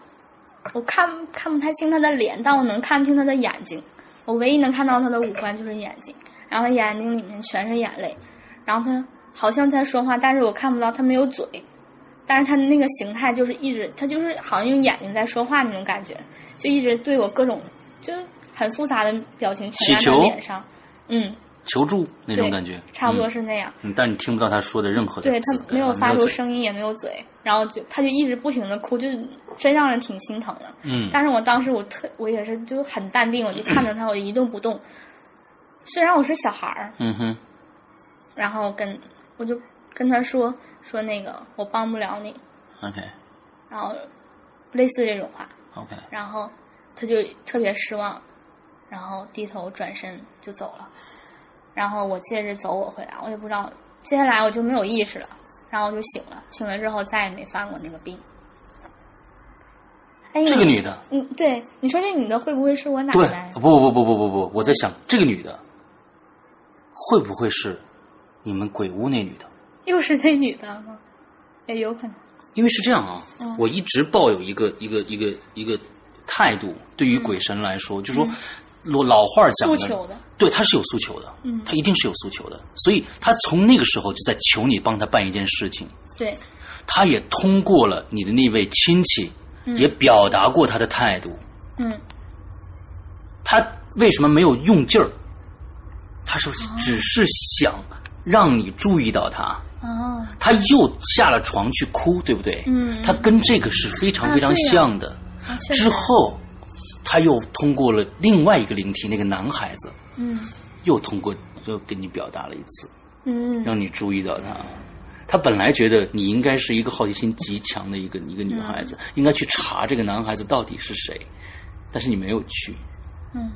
D: 我看看不太清他的脸，但我能看清他的眼睛。我唯一能看到他的五官就是眼睛，然后他眼睛里面全是眼泪，然后他好像在说话，但是我看不到他没有嘴，但是他那个形态就是一直，他就是好像用眼睛在说话那种感觉，就一直对我各种就是很复杂的表情全在
C: 乞
D: 他
C: 求
D: 脸上，嗯，
C: 求助那种
D: 对
C: 感觉，
D: 差不多
C: 嗯
D: 是那样。
C: 嗯，但你听不到他说的任何的
D: 对
C: 字，
D: 他没有
C: 啊
D: 发出
C: 嘴
D: 声音，也没有嘴，然后就他就一直不停的哭，就是真让人挺心疼的。
C: 嗯
D: 但是我当时我特我也是就很淡定，我就看着他，我一动不动。虽然我是小孩儿，
C: 嗯哼，
D: 然后跟我就跟他说说那个我帮不了你，
C: OK
D: 然后类似这种话，
C: OK，
D: 然后他就特别失望，然后低头转身就走了。然后我接着走我回来，我也不知道接下来我就没有意识了，然后我就醒了，醒了之后再也没犯过那个病。哎，
C: 这个
D: 你
C: 女的，
D: 嗯，对，你说这女的会不会是我奶
C: 对
D: 奶，？
C: 不不不不不不，我在想这个女的会不会是你们鬼屋那女的？
D: 又是那女的吗？也有可能。
C: 因为是这样啊，
D: 嗯
C: 我一直抱有一个一个一个一个态度，对于鬼神来说，就说老老话讲
D: 嗯诉求的，
C: 对，他是有诉求的，
D: 嗯
C: 他一定是有诉求的，所以他从那个时候就在求你帮他办一件事情，
D: 对，
C: 他也通过了你的那位亲戚，
D: 嗯
C: 也表达过他的态度，
D: 嗯
C: 他为什么没有用劲儿？他是
D: 哦
C: 只是想让你注意到他，
D: 哦，
C: 他又下了床去哭，对不对？
D: 嗯
C: 他跟这个是非常
D: 啊
C: 非常
D: 对呀
C: 像的。
D: 啊确
C: 之
D: 实，
C: 后，他又通过了另外一个灵体，那个男孩子
D: 嗯
C: 又通过又跟你表达了一次，
D: 嗯
C: 让你注意到他。他本来觉得你应该是一个好奇心极强的一个一个女孩
D: 嗯
C: 子，应该去查这个男孩子到底是谁，但是你没有去。
D: 嗯，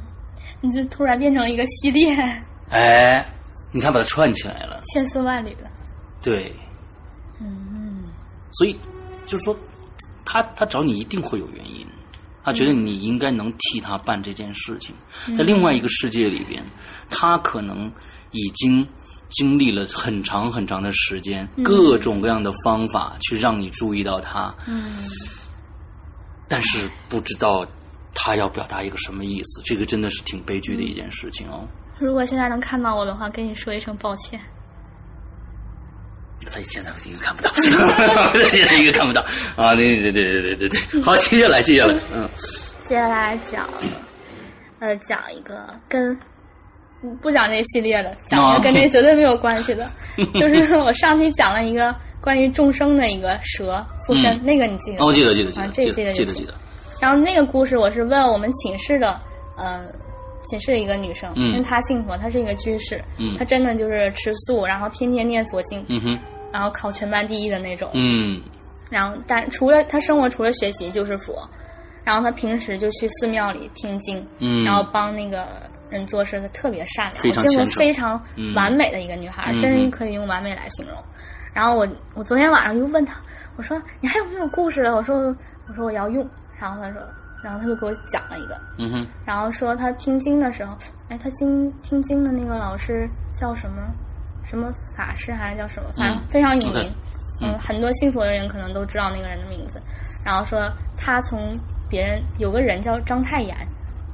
D: 你就突然变成一个系列，
C: 哎，你看把它串起来了，
D: 千丝万缕的。
C: 对，
D: 嗯
C: 所以就是说，他他找你一定会有原因，他觉得你应该能替他办这件事情。
D: 嗯
C: 在另外一个世界里边，他可能已经经历了很长很长的时间，
D: 嗯
C: 各种各样的方法去让你注意到他，
D: 嗯
C: 但是不知道他要表达一个什么意思。这个真的是挺悲剧的一件事情哦。
D: 如果现在能看到我的话，跟你说一声抱歉。
C: 他现在应该看不到，他 *laughs* 现在应该看不到啊！对对对对对对对，好，接下来接下来，嗯，
D: 接下来讲，呃，讲一个跟嗯不讲这系列的，讲一
C: 啊
D: 个跟这绝对没有关
C: *laughs*
D: 系的，就是我上期讲了一个关于众生的一个蛇附身，
C: 嗯
D: 那个你记得
C: 哦，
D: 吗？
C: 我记得记得记
D: 啊
C: 得
D: 这
C: 记
D: 记
C: 得
D: 得
C: 记
D: 就
C: 得
D: 行
C: 记得，
D: 然后那个故事我是问我们寝室的，呃，寝室的一个女生，
C: 嗯
D: 因为她信佛，她是一个居士，
C: 嗯
D: 她真的就是吃素，然后天天念佛经，
C: 嗯哼，
D: 然后考全班第一的那种，
C: 嗯
D: 然后但除了他生活除了学习就是佛，然后他平时就去寺庙里听经，
C: 嗯，
D: 然后帮那个人做事，她特别善良，
C: 非
D: 我
C: 常
D: 见过
C: 虔诚
D: 非常
C: 嗯
D: 完美的一个女孩，
C: 嗯
D: 真
C: 嗯
D: 是可以用完美来形容。然后我我昨天晚上就问她，我说你还有没有故事了？啊我说我说我要用，然后她说，然后她就给我讲了一个，
C: 嗯哼，
D: 然后说她听经的时候，哎，她经听经的那个老师叫什么什么法师还是叫什么，反正
C: 嗯
D: 非常有
C: OK
D: 名，嗯
C: 嗯
D: 很多信佛的人可能都知道那个人的名字。然后说他从别人有个人叫章太炎，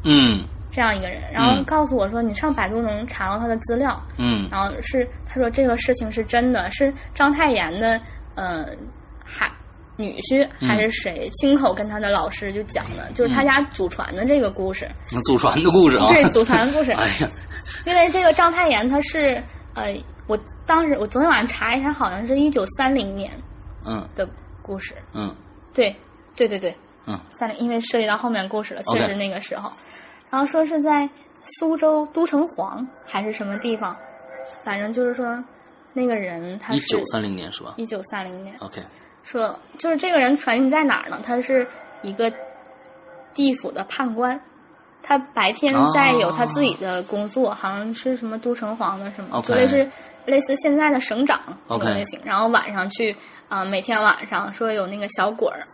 C: 嗯
D: 这样一个人，然后
C: 嗯
D: 告诉我说，你上百度能查到他的资料，
C: 嗯
D: 然后是他说这个事情是真的，是章太炎的呃还女婿
C: 嗯
D: 还是谁亲口跟他的老师就讲的，就是他家祖传的这个故事，
C: 祖传的故事啊，
D: 这是祖传的故事，
C: *laughs* 哎呀，
D: 因为这个章太炎他是呃，我当时我昨天晚上查一下，好像是一九三零年
C: 嗯
D: 的故事，
C: 嗯
D: 对对对对，
C: 嗯
D: 三零，因为涉及到后面故事了，
C: OK
D: 确实那个时候。然后说是在苏州都城隍还是什么地方，反正就是说那个人他
C: 一
D: 是
C: 九三零年是吧
D: 一九三零年，
C: ？OK，
D: 说就是这个人传奇在哪儿呢？他是一个地府的判官，他白天
C: 哦
D: 在有他自己的工作，好像是什么都城隍的什么
C: OK
D: 就类似类似现在的省长那
C: OK
D: 种类型。然后晚上去啊、呃每天晚上说有那个小鬼儿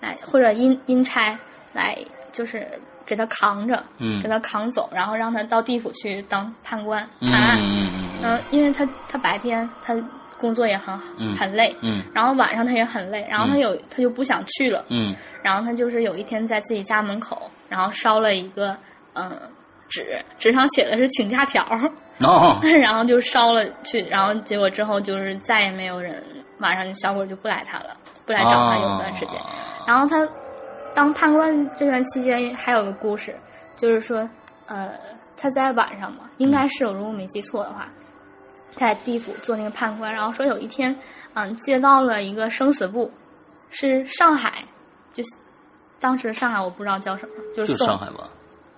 D: 来或者阴阴差来，就是给他扛着，
C: 嗯
D: 给他扛走，然后让他到地府去当判官
C: 嗯
D: 判案。
C: 嗯
D: 嗯，因为他他白天他工作也很好，
C: 嗯
D: 很累，
C: 嗯
D: 然后晚上他也很累，然后他
C: 嗯
D: 有、他就不想去了，
C: 嗯
D: 然后他就是有一天在自己家门口，然后烧了一个嗯、呃纸，纸上写的是请假条，
C: 嗯，哦，
D: *laughs* 然后就烧了去，然后结果之后就是再也没有人，晚上小鬼就不来他了，不来找
C: 哦
D: 他有一段时间。
C: 啊
D: 然后他当判官这段期间还有个故事，就是说，呃，他在晚上嘛，应该是我如果没记错的话，他在地府做那个判官，然后说有一天，嗯、接到了一个生死簿，是上海，就是当时上海我不知道叫什么，就
C: 就是
D: 送，
C: 上海吧，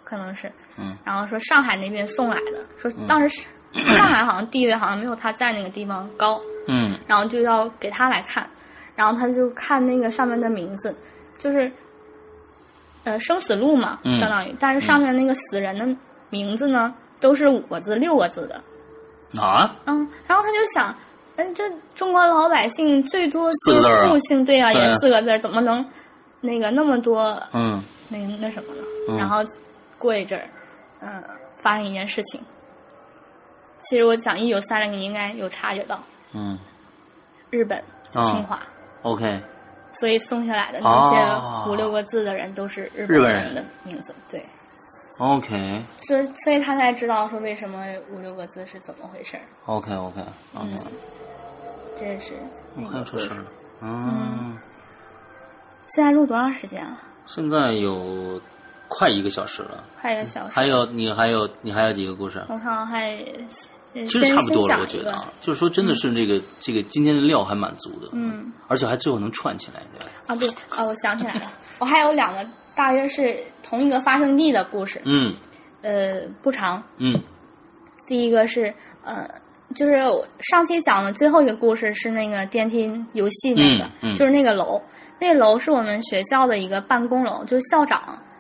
D: 可能是，
C: 嗯
D: 然后说上海那边送来的，说当
C: *clears throat*
D: 时是、上海好像地位好像没有他在那个地方高，
C: 嗯
D: 然后就要给他来看，然后他就看那个上面的名字，就是呃生死录嘛，
C: 嗯
D: 相当于，但是上面那个死人的名字呢，都是五个字、六个字的，
C: 啊，
D: 嗯，然后他就想，嗯，这中国老百姓最多
C: 四个字儿啊
D: 父姓对啊，
C: 对啊
D: 也四个字儿，怎么能那个那么多
C: 嗯
D: 那那什么呢？
C: 嗯
D: 然后过一阵儿，嗯、发生一件事情，其实我讲一九三零，你应该有察觉到，
C: 嗯
D: 日本
C: 啊
D: 侵华。
C: OK，
D: 所以送下来的那
C: 哦
D: 些五六个字的人都是日
C: 日
D: 本
C: 本
D: 人
C: 人
D: 的名字，对，
C: OK
D: 所以所以他才知道说为什么五六个字是怎么回事儿，
C: OK OK OK，
D: 这也是那
C: 嗯还有
D: 个。
C: 这事儿呢？嗯，
D: 现在录多长时间啊了？
C: 现在有快一个小时了，
D: 快一个小时。
C: 还有你还有你还有几个故事？啊
D: 我看还呃其
C: 嗯其实差不多了，我觉得啊，就是说真的是这个这个今天的料还蛮足的，
D: 嗯，
C: 而且还最后能串起来，对吧？
D: 啊对啊，我想起来了，我还有两个大约是同一个发生地的故事，
C: 嗯
D: 呃，不长。
C: 嗯
D: 第一个是呃，就是我上期讲的最后一个故事是那个电梯游戏那个，
C: 嗯嗯
D: 就是那个楼，那楼是我们学校的一个办公楼，就是校长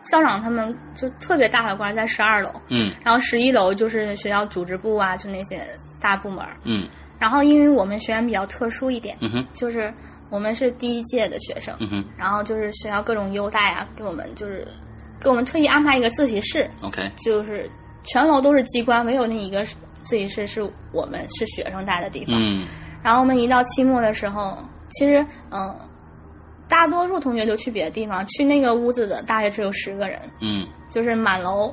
D: 校长他们就特别大的官在十二楼，
C: 嗯
D: 然后十一楼就是学校组织部啊，就那些大部门儿。
C: 嗯
D: 然后因为我们学院比较特殊一点，
C: 嗯哼
D: 就是我们是第一届的学生，
C: 嗯哼
D: 然后就是学校各种优待啊，给我们就是给我们特意安排一个自习室，
C: ，OK，
D: 就是全楼都是机关，没有那一个自习室是我们是学生待的地方。
C: 嗯
D: 然后我们一到期末的时候，其实嗯、大多数同学就去别的地方，去那个屋子的大约只有十个人，
C: 嗯
D: 就是满楼。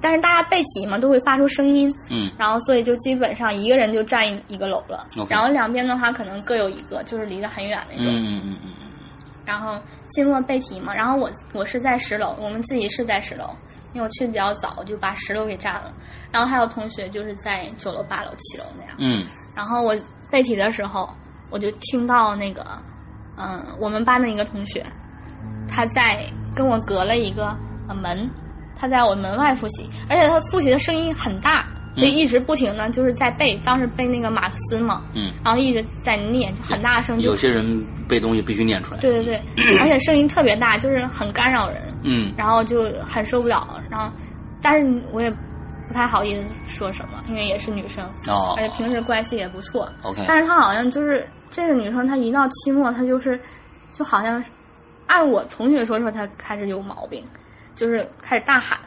D: 但是大家背齐嘛，都会发出声音，
C: 嗯
D: 然后所以就基本上一个人就占一一个楼了。
C: OK
D: 然后两边的话可能各有一个，就是离得很远那
C: 嗯
D: 种。
C: 嗯嗯
D: 然后期末背题嘛，然后我我是在十楼，我们自己是在十楼，因为我去的比较早，就把十楼给占了。然后还有同学就是在九楼、八楼、七楼那样。
C: 嗯
D: 然后我背题的时候，我就听到那个，嗯，我们班的一个同学，他在跟我隔了一个、呃门，他在我门外复习，而且他复习的声音很大，所以一直不停的就是在背，当时背那个马克思嘛，
C: 嗯，
D: 然后一直在念，就很大声，就
C: 有些人背东西必须念出来，
D: 对对对，而且声音特别大，就是很干扰人，
C: 嗯
D: 然后就很受不了，然后但是我也不太好意思说什么，因为也是女生，
C: 哦嗯
D: 而且平时关系也不错，
C: ，OK，
D: 但是她好像就是这个女生，她一到期末，她就是就好像是按我同学说说，她开始有毛病，就是开始大喊，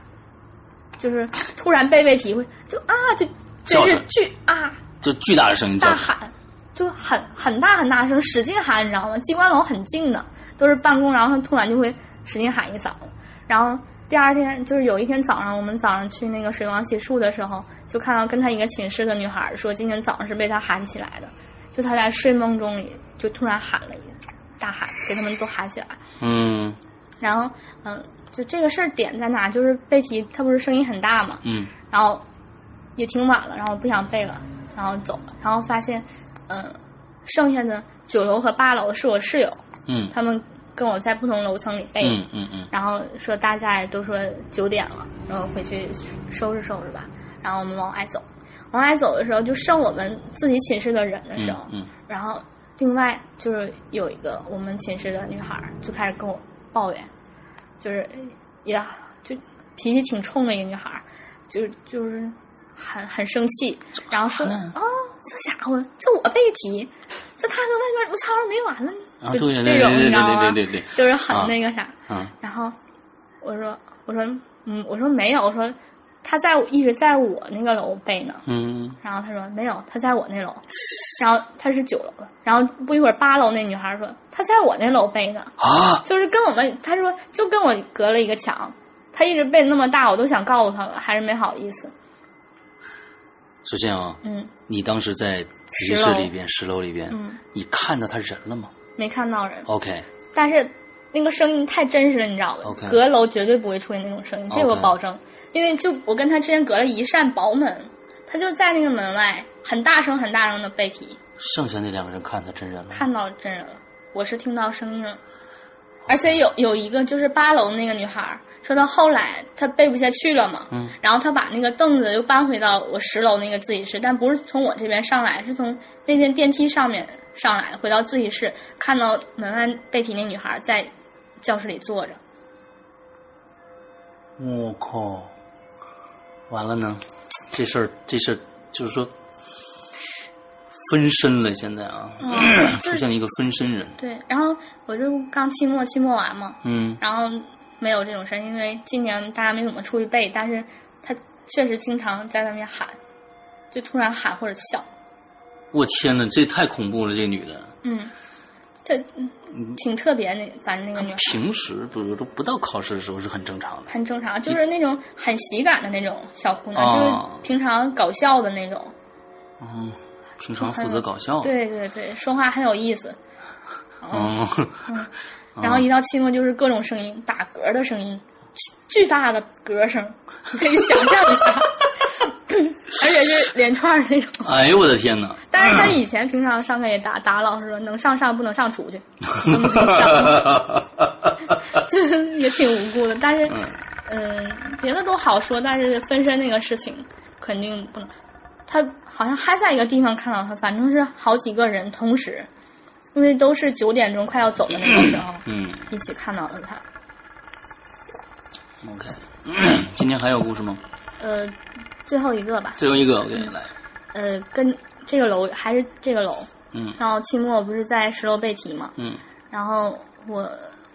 D: 就是突然背背题会就啊就
C: 叫
D: 这是
C: 声
D: 巨啊
C: 就巨大的声音叫
D: 大，喊，就很很大很大声，使劲喊，你知道吗？机关楼很近的，都是办公，然后他突然就会使劲喊一嗓子。然后第二天就是有一天早上，我们早上去那个水王洗漱的时候，就看到跟他一个寝室的女孩说，今天早上是被他喊起来的，就他在睡梦中里就突然喊了一大喊，给他们都喊起来。
C: 嗯
D: 然后嗯、就这个事儿点在哪？就是背题，他不是声音很大嘛，
C: 嗯
D: 然后也挺晚了，然后我不想背了，然后走了，然后发现，嗯、剩下的九楼和八楼是我室友，
C: 嗯
D: 他们跟我在不同楼层里背，
C: 嗯嗯嗯
D: 然后说大家也都说九点了，然后回去收拾收拾吧，然后我们往外走，往外走的时候就剩我们自己寝室的人的时候，
C: 嗯
D: 然后另外就是有一个我们寝室的女孩儿就开始跟我抱怨，就是呀，就脾气挺冲的一个女孩儿，就就是很很生气，然后说
C: 呢
D: 哦，这家伙，这我背题，这他跟外边我操没完了
C: 啊
D: 呢，就
C: 对
D: 这种
C: 对
D: 你知道吗？
C: 对对对对对
D: 就是很
C: 啊
D: 那个啥，
C: 啊
D: 然后我说我说嗯，我说没有，我说他在我一直在我那个楼背呢。
C: 嗯
D: 然后他说没有，他在我那楼，然后他是九楼的，然后不一会儿八楼那女孩说他在我那楼背呢，
C: 啊
D: 就是跟我们他说就跟我隔了一个墙，他一直背那么大，我都想告诉他了，还是没好意思，
C: 首先啊，
D: 嗯，
C: 你当时在自习室里边十楼里边，
D: 嗯
C: 你看到他人了吗
D: 没看到人，
C: ？OK，
D: 但是那个声音太真实了，你知道吧
C: OK
D: 隔楼绝对不会出现那种声音，这个我
C: OK
D: 保证因为就我跟他之间隔了一扇薄门，他就在那个门外很大声很大声的背题，
C: 剩下那两个人看他真人了吗，
D: 看到真人了，我是听到声音了，而且有有一个就是八楼那个女孩儿，说到后来她背不下去了嘛，
C: 嗯
D: 然后她把那个凳子又搬回到我十楼那个自习室，但不是从我这边上来，是从那边电梯上面上来，回到自习室，看到门外背题那女孩儿在教室里坐着，
C: 我靠，完了呢，这事儿这事儿就是说分身了，现在啊，
D: 嗯
C: 出现了一个分身人，
D: 对，然后我就刚期末期末完嘛，
C: 嗯
D: 然后没有这种事儿，因为今年大家没怎么出去背，但是他确实经常在外面喊，就突然喊或者笑，
C: 我天呐，这太恐怖了，这女的，
D: 嗯，这挺特别那，反正那个女孩
C: 平时不是都不到考试的时候是很正常的。
D: 很正常，就是那种很喜感的那种小姑娘，
C: 哦
D: 就是平常搞笑的那种。
C: 嗯，平常负责搞笑。，
D: 对对对，说话很有意思。
C: 嗯， *laughs*
D: 然后一到期末就是各种声音，打嗝的声音，巨巨大的嗝声，你可以想象一下，而且是连串儿那种。
C: 哎呦我的天哪！ *laughs*
D: 但是他以前平常上课也打打老师说能上上不能上出去， *laughs* 就是也挺无辜的。但是，嗯，别的都好说，但是分身那个事情肯定不能。他好像还在一个地方看到他，反正是好几个人同时，因为都是九点钟快要走的那个时候，
C: 嗯
D: *clears throat* 一起看到的他。
C: ，OK，今 *clears throat* 天还有故事吗？
D: 呃，最后一个吧，
C: 最后一个，OK，来，
D: 呃，跟这个楼还是这个楼，
C: 嗯
D: 然后期末不是在十楼背题嘛，
C: 嗯
D: 然后我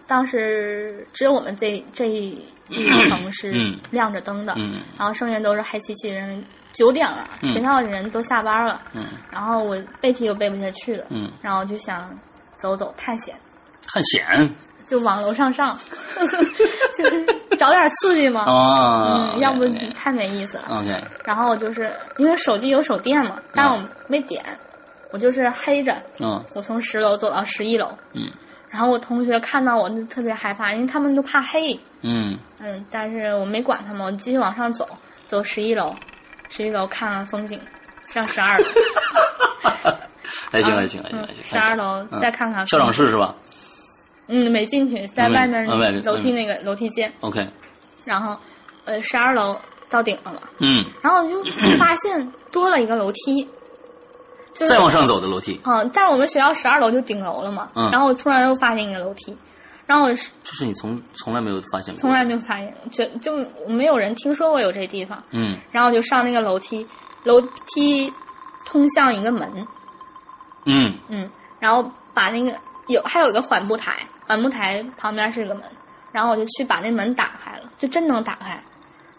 D: 当时只有我们这
C: *clears throat*
D: 这一层是
C: 嗯
D: 亮着灯的，
C: 嗯
D: 然后剩下都是黑漆漆的人。九点了，
C: 嗯
D: 学校的人都下班了，
C: 嗯
D: 然后我背题又背不下去了，
C: 嗯，
D: 然后就想走走探险，
C: 探险
D: 就往楼上上， *laughs* 就是找点刺激嘛，
C: 啊，
D: 嗯，要不
C: OK，OK
D: 太没意思了。
C: OK，
D: 然后我就是因为手机有手电嘛，但是我没点，我就是黑着，
C: 嗯
D: 我从十楼走到十一楼，
C: 嗯
D: 然后我同学看到我就特别害怕，因为他们都怕黑。
C: 嗯 *laughs*
D: 嗯，但是我没管他们，我继续往上走，走十一楼，十一楼看看风景，上十二楼，
C: 还 *laughs* 哎行还行还行还
D: 嗯
C: 行，
D: 十二楼
C: 嗯
D: 再看看
C: 校长室是吧
D: 嗯，没进去，在
C: 嗯
D: 外面
C: 嗯外面
D: 楼梯那个楼梯间，
C: ？OK，
D: 然后呃十二楼到顶了嘛，
C: 嗯，
D: 然后
C: *clears throat*
D: 我就发现多了一个楼梯，就是
C: 再往上走的楼梯，
D: 嗯，但是我们学校十二楼就顶楼了嘛，
C: 嗯
D: 然后我突然又发现一个楼梯，然后我是
C: 这是你从从来没有发现过，
D: 从来没有发现，就就没有人听说过有这地方，
C: 嗯
D: 然后我就上那个楼梯，楼梯通向一个门，
C: 嗯
D: 嗯，然后把那个有还有一个缓步台，缓步台旁边是个门，然后我就去把那门打开了，就真能打开，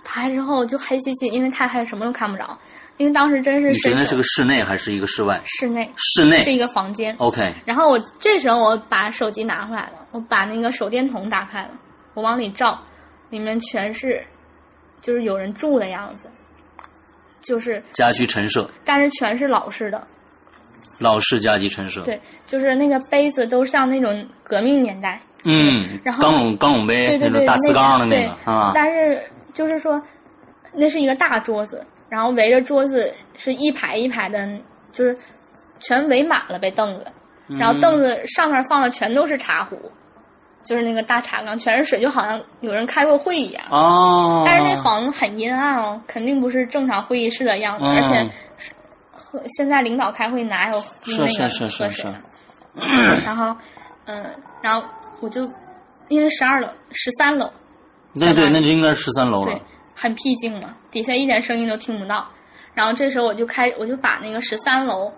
D: 打开之后就黑漆漆，因为太黑什么都看不着，因为当时真是
C: 你觉
D: 伸
C: 得
D: 手
C: 是个室内还是一个室外？
D: 室内，
C: 室
D: 是一
C: 内
D: 个房间，
C: ，OK，
D: 然后我这时候我把手机拿出来了，我把那个手电筒打开了，我往里照，里面全是就是有人住的样子，就是
C: 家居陈设，
D: 但是全是老式的，
C: 老式家居陈设，
D: 对，就是那个杯子都像那种革命年代，
C: 嗯，
D: 然后
C: 钢拢钢拢杯
D: 对对
C: 那种
D: 对，
C: 大
D: 那
C: 瓷缸的
D: 对
C: 那个啊，
D: 但是就是说那是一个大桌子，然后围着桌子是一排一排的，就是全围满了呗凳子，
C: 嗯
D: 然后凳子上面放的全都是茶壶，就是那个大茶缸，全是水，就好像有人开过会一样。
C: 哦，
D: 但是那房子很阴暗哦，肯定不是正常会议室的样子，
C: 嗯
D: 而且是现在领导开会哪有
C: 是
D: 那
C: 是
D: 个
C: 是是
D: 喝水啊？然后，嗯、然后我就因为十二楼、十三楼，
C: 对对，那就应该是十三楼
D: 对
C: 了，，
D: 很僻静嘛，底下一点声音都听不到。然后这时候我就开，我就把那个十三楼，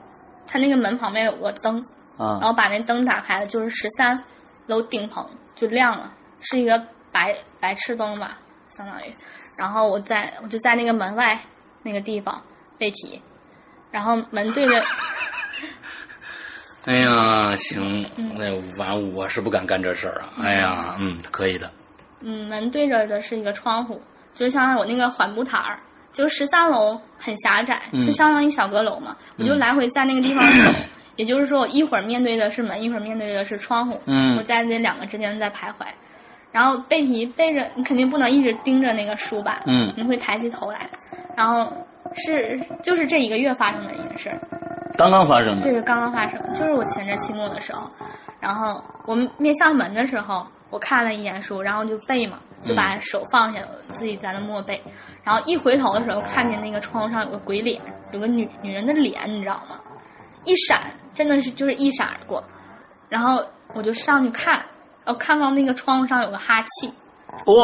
D: 它那个门旁边有个灯，然
C: 啊，
D: 后把那灯打开了，就是十三楼顶棚就亮了，是一个白白炽灯吧，相当于。然后我在我就在那个门外那个地方背题，然后门对着
C: 哎呀，行，
D: 嗯
C: 那反正我是不敢干这事儿啊，哎呀，嗯，可以的，
D: 嗯门对着的是一个窗户，就是相当于我那个缓步台儿，就是十三楼很狭窄，
C: 嗯
D: 就相当于小阁楼嘛，我就来回在那个地方
C: *clears throat*
D: 走。也就是说，我一会儿面对的是门，一会儿面对的是窗户。
C: 嗯
D: 我在这两个之间在徘徊，然后背题背着，你肯定不能一直盯着那个书吧？
C: 嗯
D: 你会抬起头来，然后是就是这一个月发生的一件事儿，
C: 刚刚发生
D: 这
C: 的，
D: 个刚刚发生，就是我前阵期末的时候，然后我们面向门的时候，我看了一眼书，然后就背嘛，
C: 嗯
D: 就把手放下，自己在那默背，然后一回头的时候，看见那个窗户上有个鬼脸，有个女女人的脸，你知道吗？一闪，真的是就是一闪而过，然后我就上去看，然后看到那个窗户上有个哈气，有个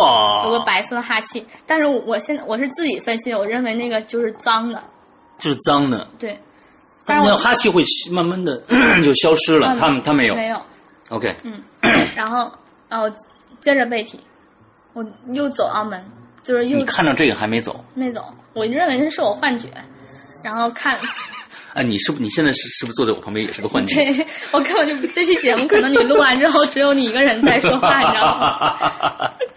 C: 哇，
D: 白色的哈气，但是我现在我是自己分析的，我认为那个就是脏的，
C: 这是脏的，
D: 对，但是
C: 那
D: 我
C: 哈气会慢慢的 *clears throat* 就消失了，
D: 慢慢
C: 他们他没有
D: 没有。
C: ，OK，
D: 嗯， *clears throat* 然后哦，接着背题，我又走到门，就是又
C: 你看到这个还没走，
D: 没走，我认为那是我幻觉，然后看 *laughs*
C: 啊，你是不你现在是是不是坐在我旁边也是个幻境？
D: 对我根本就这期节目可能你录完之后只有你一个人在说话，你知道吗？ *laughs*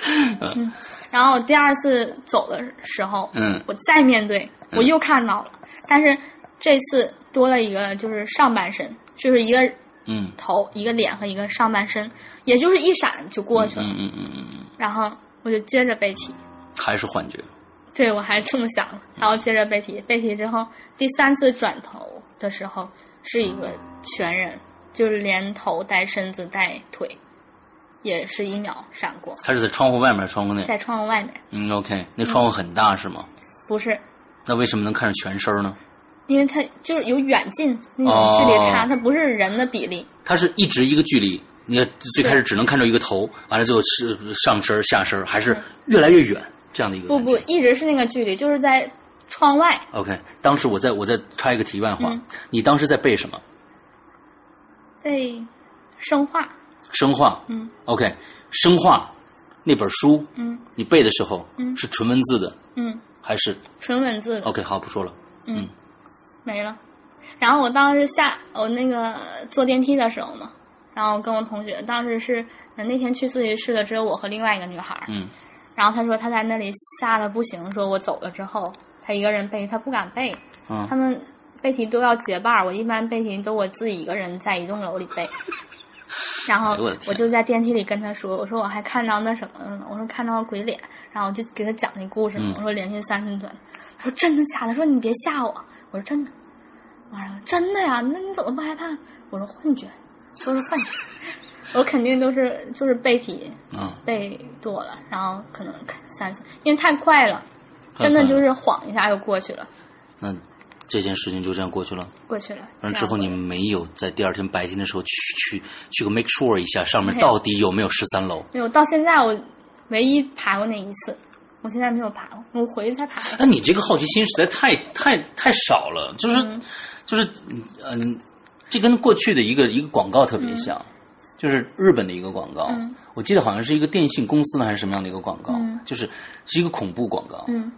D: 然后第二次走的时候，
C: *laughs* 嗯
D: 我再面对，我又看到了，但是这次多了一个就是上半身，就是一个
C: 嗯
D: 头、一个脸和一个上半身，也就是一闪就过去了。
C: 嗯嗯嗯嗯，嗯，
D: 然后我就接着背题，
C: 还是幻觉。
D: 对我还是这么想的，然后接着背题，背题之后第三次转头的时候是一个全人，就是连头带身子带腿，也是一秒闪过，
C: 它是在窗户外面，还是窗户内。
D: 在窗户外面，
C: 嗯，OK，那窗户很大是吗？
D: 不是
C: 那为什么能看着全身呢？
D: 因为它就是有远近那种距离差，
C: 哦
D: 它不是人的比例。
C: 它是一直一个距离，你看最开始只能看到一个头，完了最后是上身、下身，还是越来越远这样的一个
D: 嗯不
C: 感觉。
D: 不，一直是那个距离，就是在窗外。
C: OK，当时我在我再插一个题外话，
D: 嗯
C: 你当时在背什么？
D: 被生化，
C: 生化
D: 嗯
C: OK，生化那本书，
D: 嗯
C: 你背的时候、
D: 嗯
C: 是纯文字的
D: 嗯，
C: 还是
D: 纯文字的
C: OK？好，不说了。
D: 嗯
C: 嗯，
D: 没了。然后我当时下我那个坐电梯的时候嘛，然后跟我同学，当时是呃那天去自习室的只有我和另外一个女孩儿，
C: 嗯
D: 然后她说她在那里吓得不行，说我走了之后，她一个人背，她不敢背，
C: 嗯
D: 他们背题都要结伴儿，我一般背题都我自己一个人在一栋楼里
C: *laughs*
D: 背。然后
C: 哎呦我的天
D: 我就在电梯里跟他说：“我说我还看到那什么了呢，我说看到鬼脸，然后我就给他讲那故事嘛
C: 嗯。
D: 我说连续三十转，他说真的假的？他说你别吓我，我说真的。完了真的呀？那你怎么不害怕？我说幻觉，都是幻觉，我肯定都是就是背题
C: 嗯，
D: 背多了，然后可能看三次，因为太快了，
C: 太
D: 真的
C: 快
D: 就
C: 了
D: 是晃一下就过去了，
C: 那这件事情就这样过去了。
D: 过去了。
C: 完
D: 这
C: 了
D: 样
C: 之后，
D: 过
C: 你
D: 去
C: 没有在第二天白天的时候去去去个 make sure 一下上面
D: 没有
C: 到底有没有十三楼？
D: 对，我到现在我唯一爬过那一次，我现在没有爬过，我回去才爬
C: *laughs*
D: 过。
C: 那你这个好奇心实在太太太少了，就是、
D: 嗯
C: 就是嗯，这跟过去的一个一个广告特别像，就是日本的一个广告，
D: 嗯
C: 我记得好像是一个电信公司呢还是什么样的一个广告，
D: 嗯
C: 就是是一个恐怖广告。
D: 嗯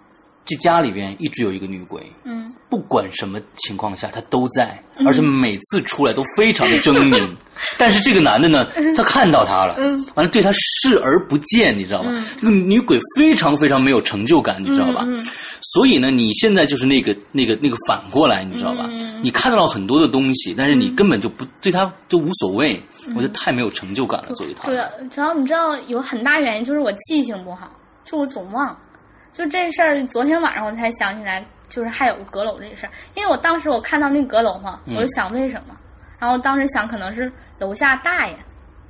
C: 这家里边一直有一个女鬼，
D: 嗯，
C: 不管什么情况下她都在，而且每次出来都非常的狰
D: *laughs*
C: 狞。但是这个男的呢，他看到她了，
D: 嗯
C: 完了对她视而不见，你知道吗？
D: 嗯
C: 这个女鬼非常非常没有成就感，你知道吧？
D: 嗯嗯
C: 所以呢，你现在就是那个那个那个反过来，你知道吧？
D: 嗯
C: 你看到了很多的东西，但是你根本就不对她就无所谓，
D: 嗯
C: 我觉得太没有成就感了，作为她
D: 主。要主要你知道有很大原因就是我记性不好，就我总忘，就这事儿昨天晚上我才想起来，就是还有个阁楼这事儿，因为我当时我看到那阁楼嘛，
C: 嗯
D: 我就想为什么，然后当时想可能是楼下大爷，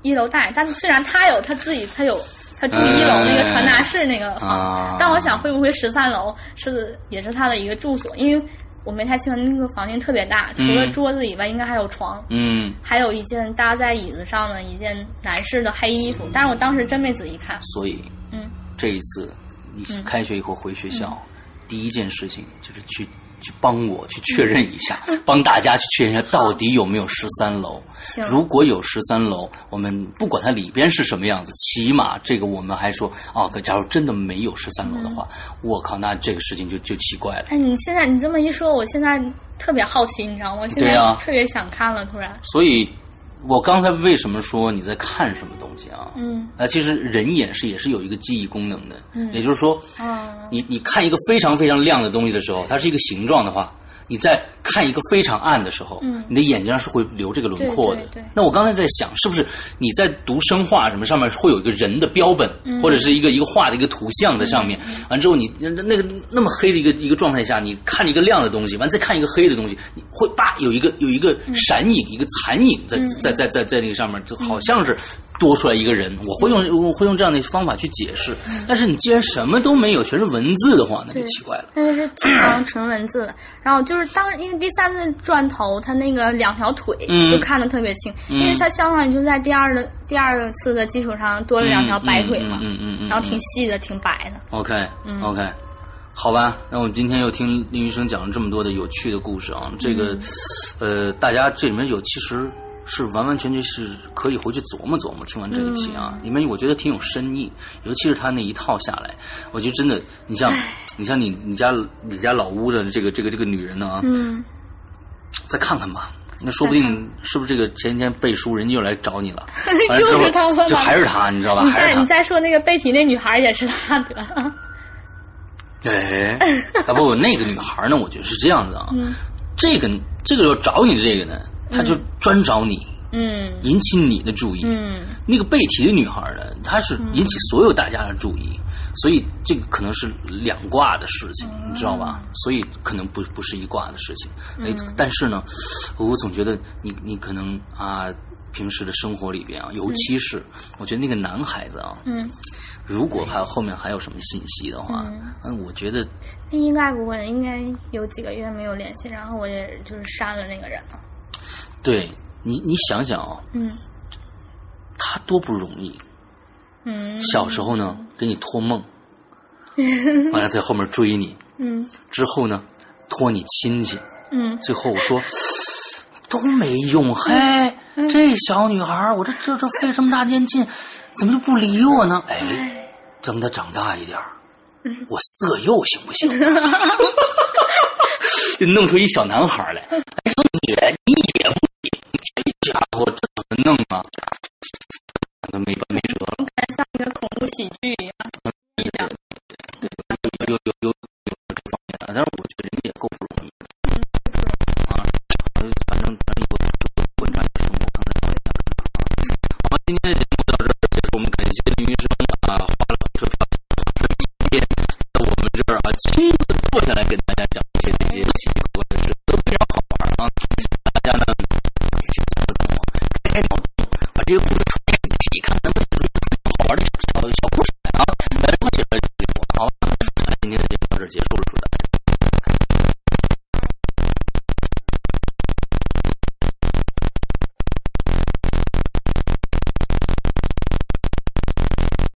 D: 一楼大爷，但虽然他有他自己他有他住一楼那个传达室那个房子
C: 啊！
D: 但我想，会不会十三楼是也是他的一个住所？因为我没太清楚，那个房间特别大，除了
C: 嗯
D: 桌子以外，应该还有床，
C: 嗯，
D: 还有一件搭在椅子上的一件男士的黑衣服。但是我当时真没仔细看，
C: 所以
D: 嗯，
C: 这一次你
D: 嗯
C: 开学以后回学校，第一件事情就是去去帮我去确认一下，
D: 嗯
C: *laughs* 帮大家去确认一下到底有没有十三楼。
D: 行，
C: 如果有十三楼，我们不管它里边是什么样子，起码这个我们还说啊，可假如真的没有十三楼的话，
D: 嗯
C: 我靠，那这个事情就就奇怪了。
D: 哎，你现在你这么一说，我现在特别好奇，你知道吗？我现
C: 对啊
D: 在
C: 呀
D: 特别想看了，突然，
C: 所以，我刚才为什么说你在看什么东西啊？
D: 嗯
C: 啊，其实人眼是也是有一个记忆功能的，
D: 嗯
C: 也就是说，
D: 嗯
C: 你你看一个非常非常亮的东西的时候，它是一个形状的话，你在看一个非常暗的时候，
D: 嗯
C: 你的眼睛上是会留这个轮廓的。
D: 对对对
C: 那我刚才在想，是不是你在读生化什么上面会有一个人的标本，
D: 嗯
C: 或者是一个一个画的一个图像在上面？完之后你那那个那么黑的一个一个状态下，你看一个亮的东西，完再看一个黑的东西，你会叭有一个有一个闪影，一个残影在、
D: 嗯
C: 在在在在那个上面，就好像是多出来一个人。我会用我会用这样的方法去解释，但是你既然什么都没有，全是文字的话，那就
D: 嗯对
C: 奇怪了。
D: 那就是挺能纯文字的。然后就是当因为第三次转头，他那个两条腿
C: 嗯
D: 就看得特别清，
C: 嗯
D: 因为他相当于就在第二的第二次的基础上多了两条白腿嘛，
C: 嗯嗯嗯嗯嗯嗯
D: 然后挺细的，挺白的。
C: OK
D: 嗯
C: OK，好吧，那我们今天又听林医生讲了这么多的有趣的故事啊，这个、
D: 嗯
C: 呃，大家这里面有其实是完完全全是可以回去琢磨琢磨。听完这一期
D: 嗯
C: 啊，里面我觉得挺有深意，尤其是他那一套下来，我觉得真的，你像你像你你家你家老屋的这个这个这个女人呢啊，
D: 嗯？
C: 再看看吧。那说不定是不是这个前几天背书人又来找你了完了之
D: *laughs* *laughs* 又
C: 后
D: 是他了嗯哎
C: 就还是他，你知道吧？
D: 你
C: 还
D: 再
C: 是
D: 你
C: 他。
D: 再说那个背题那女孩儿也是她的， *laughs*
C: 哎，啊不，那个女孩呢，我觉得是这样子啊，
D: 嗯
C: 这个这个要找你的这个呢，她就专找你，
D: 嗯
C: 引起你的注意。
D: 嗯
C: 那个背题的女孩呢，她是引起所有大家的注意，所以这个可能是两卦的事情，你知道吧？
D: 嗯
C: 所以可能不不是一卦的事情。哎，但是呢，我总觉得你你可能啊，平时的生活里边啊，尤其是、我觉得那个男孩子啊，
D: 嗯，
C: 如果还有后面还有什么信息的话，嗯，我觉得
D: 应该不会，应该有几个月没有联系，然后我也就是删了那个人了。
C: 对你你想想啊、
D: 嗯
C: 他多不容易。
D: 嗯
C: 小时候呢，给你托梦，完了在后面追你，
D: 嗯
C: 之后呢，托你亲戚，
D: 嗯，
C: 最后我说都没用，嘿，这小女孩儿，我这这这费这么大劲劲，怎么就不理我呢？哎，等她长大一点儿，我色诱行不行？就弄出一小男孩儿来，哎，说你你也不理，这家伙这怎么弄啊？那没没辙了，
D: 像一个恐怖喜剧一样。
C: 有有有有有这方面的，但是我觉得人家也够不容易。反正反正我我观察生活，刚才好像啊，今天的节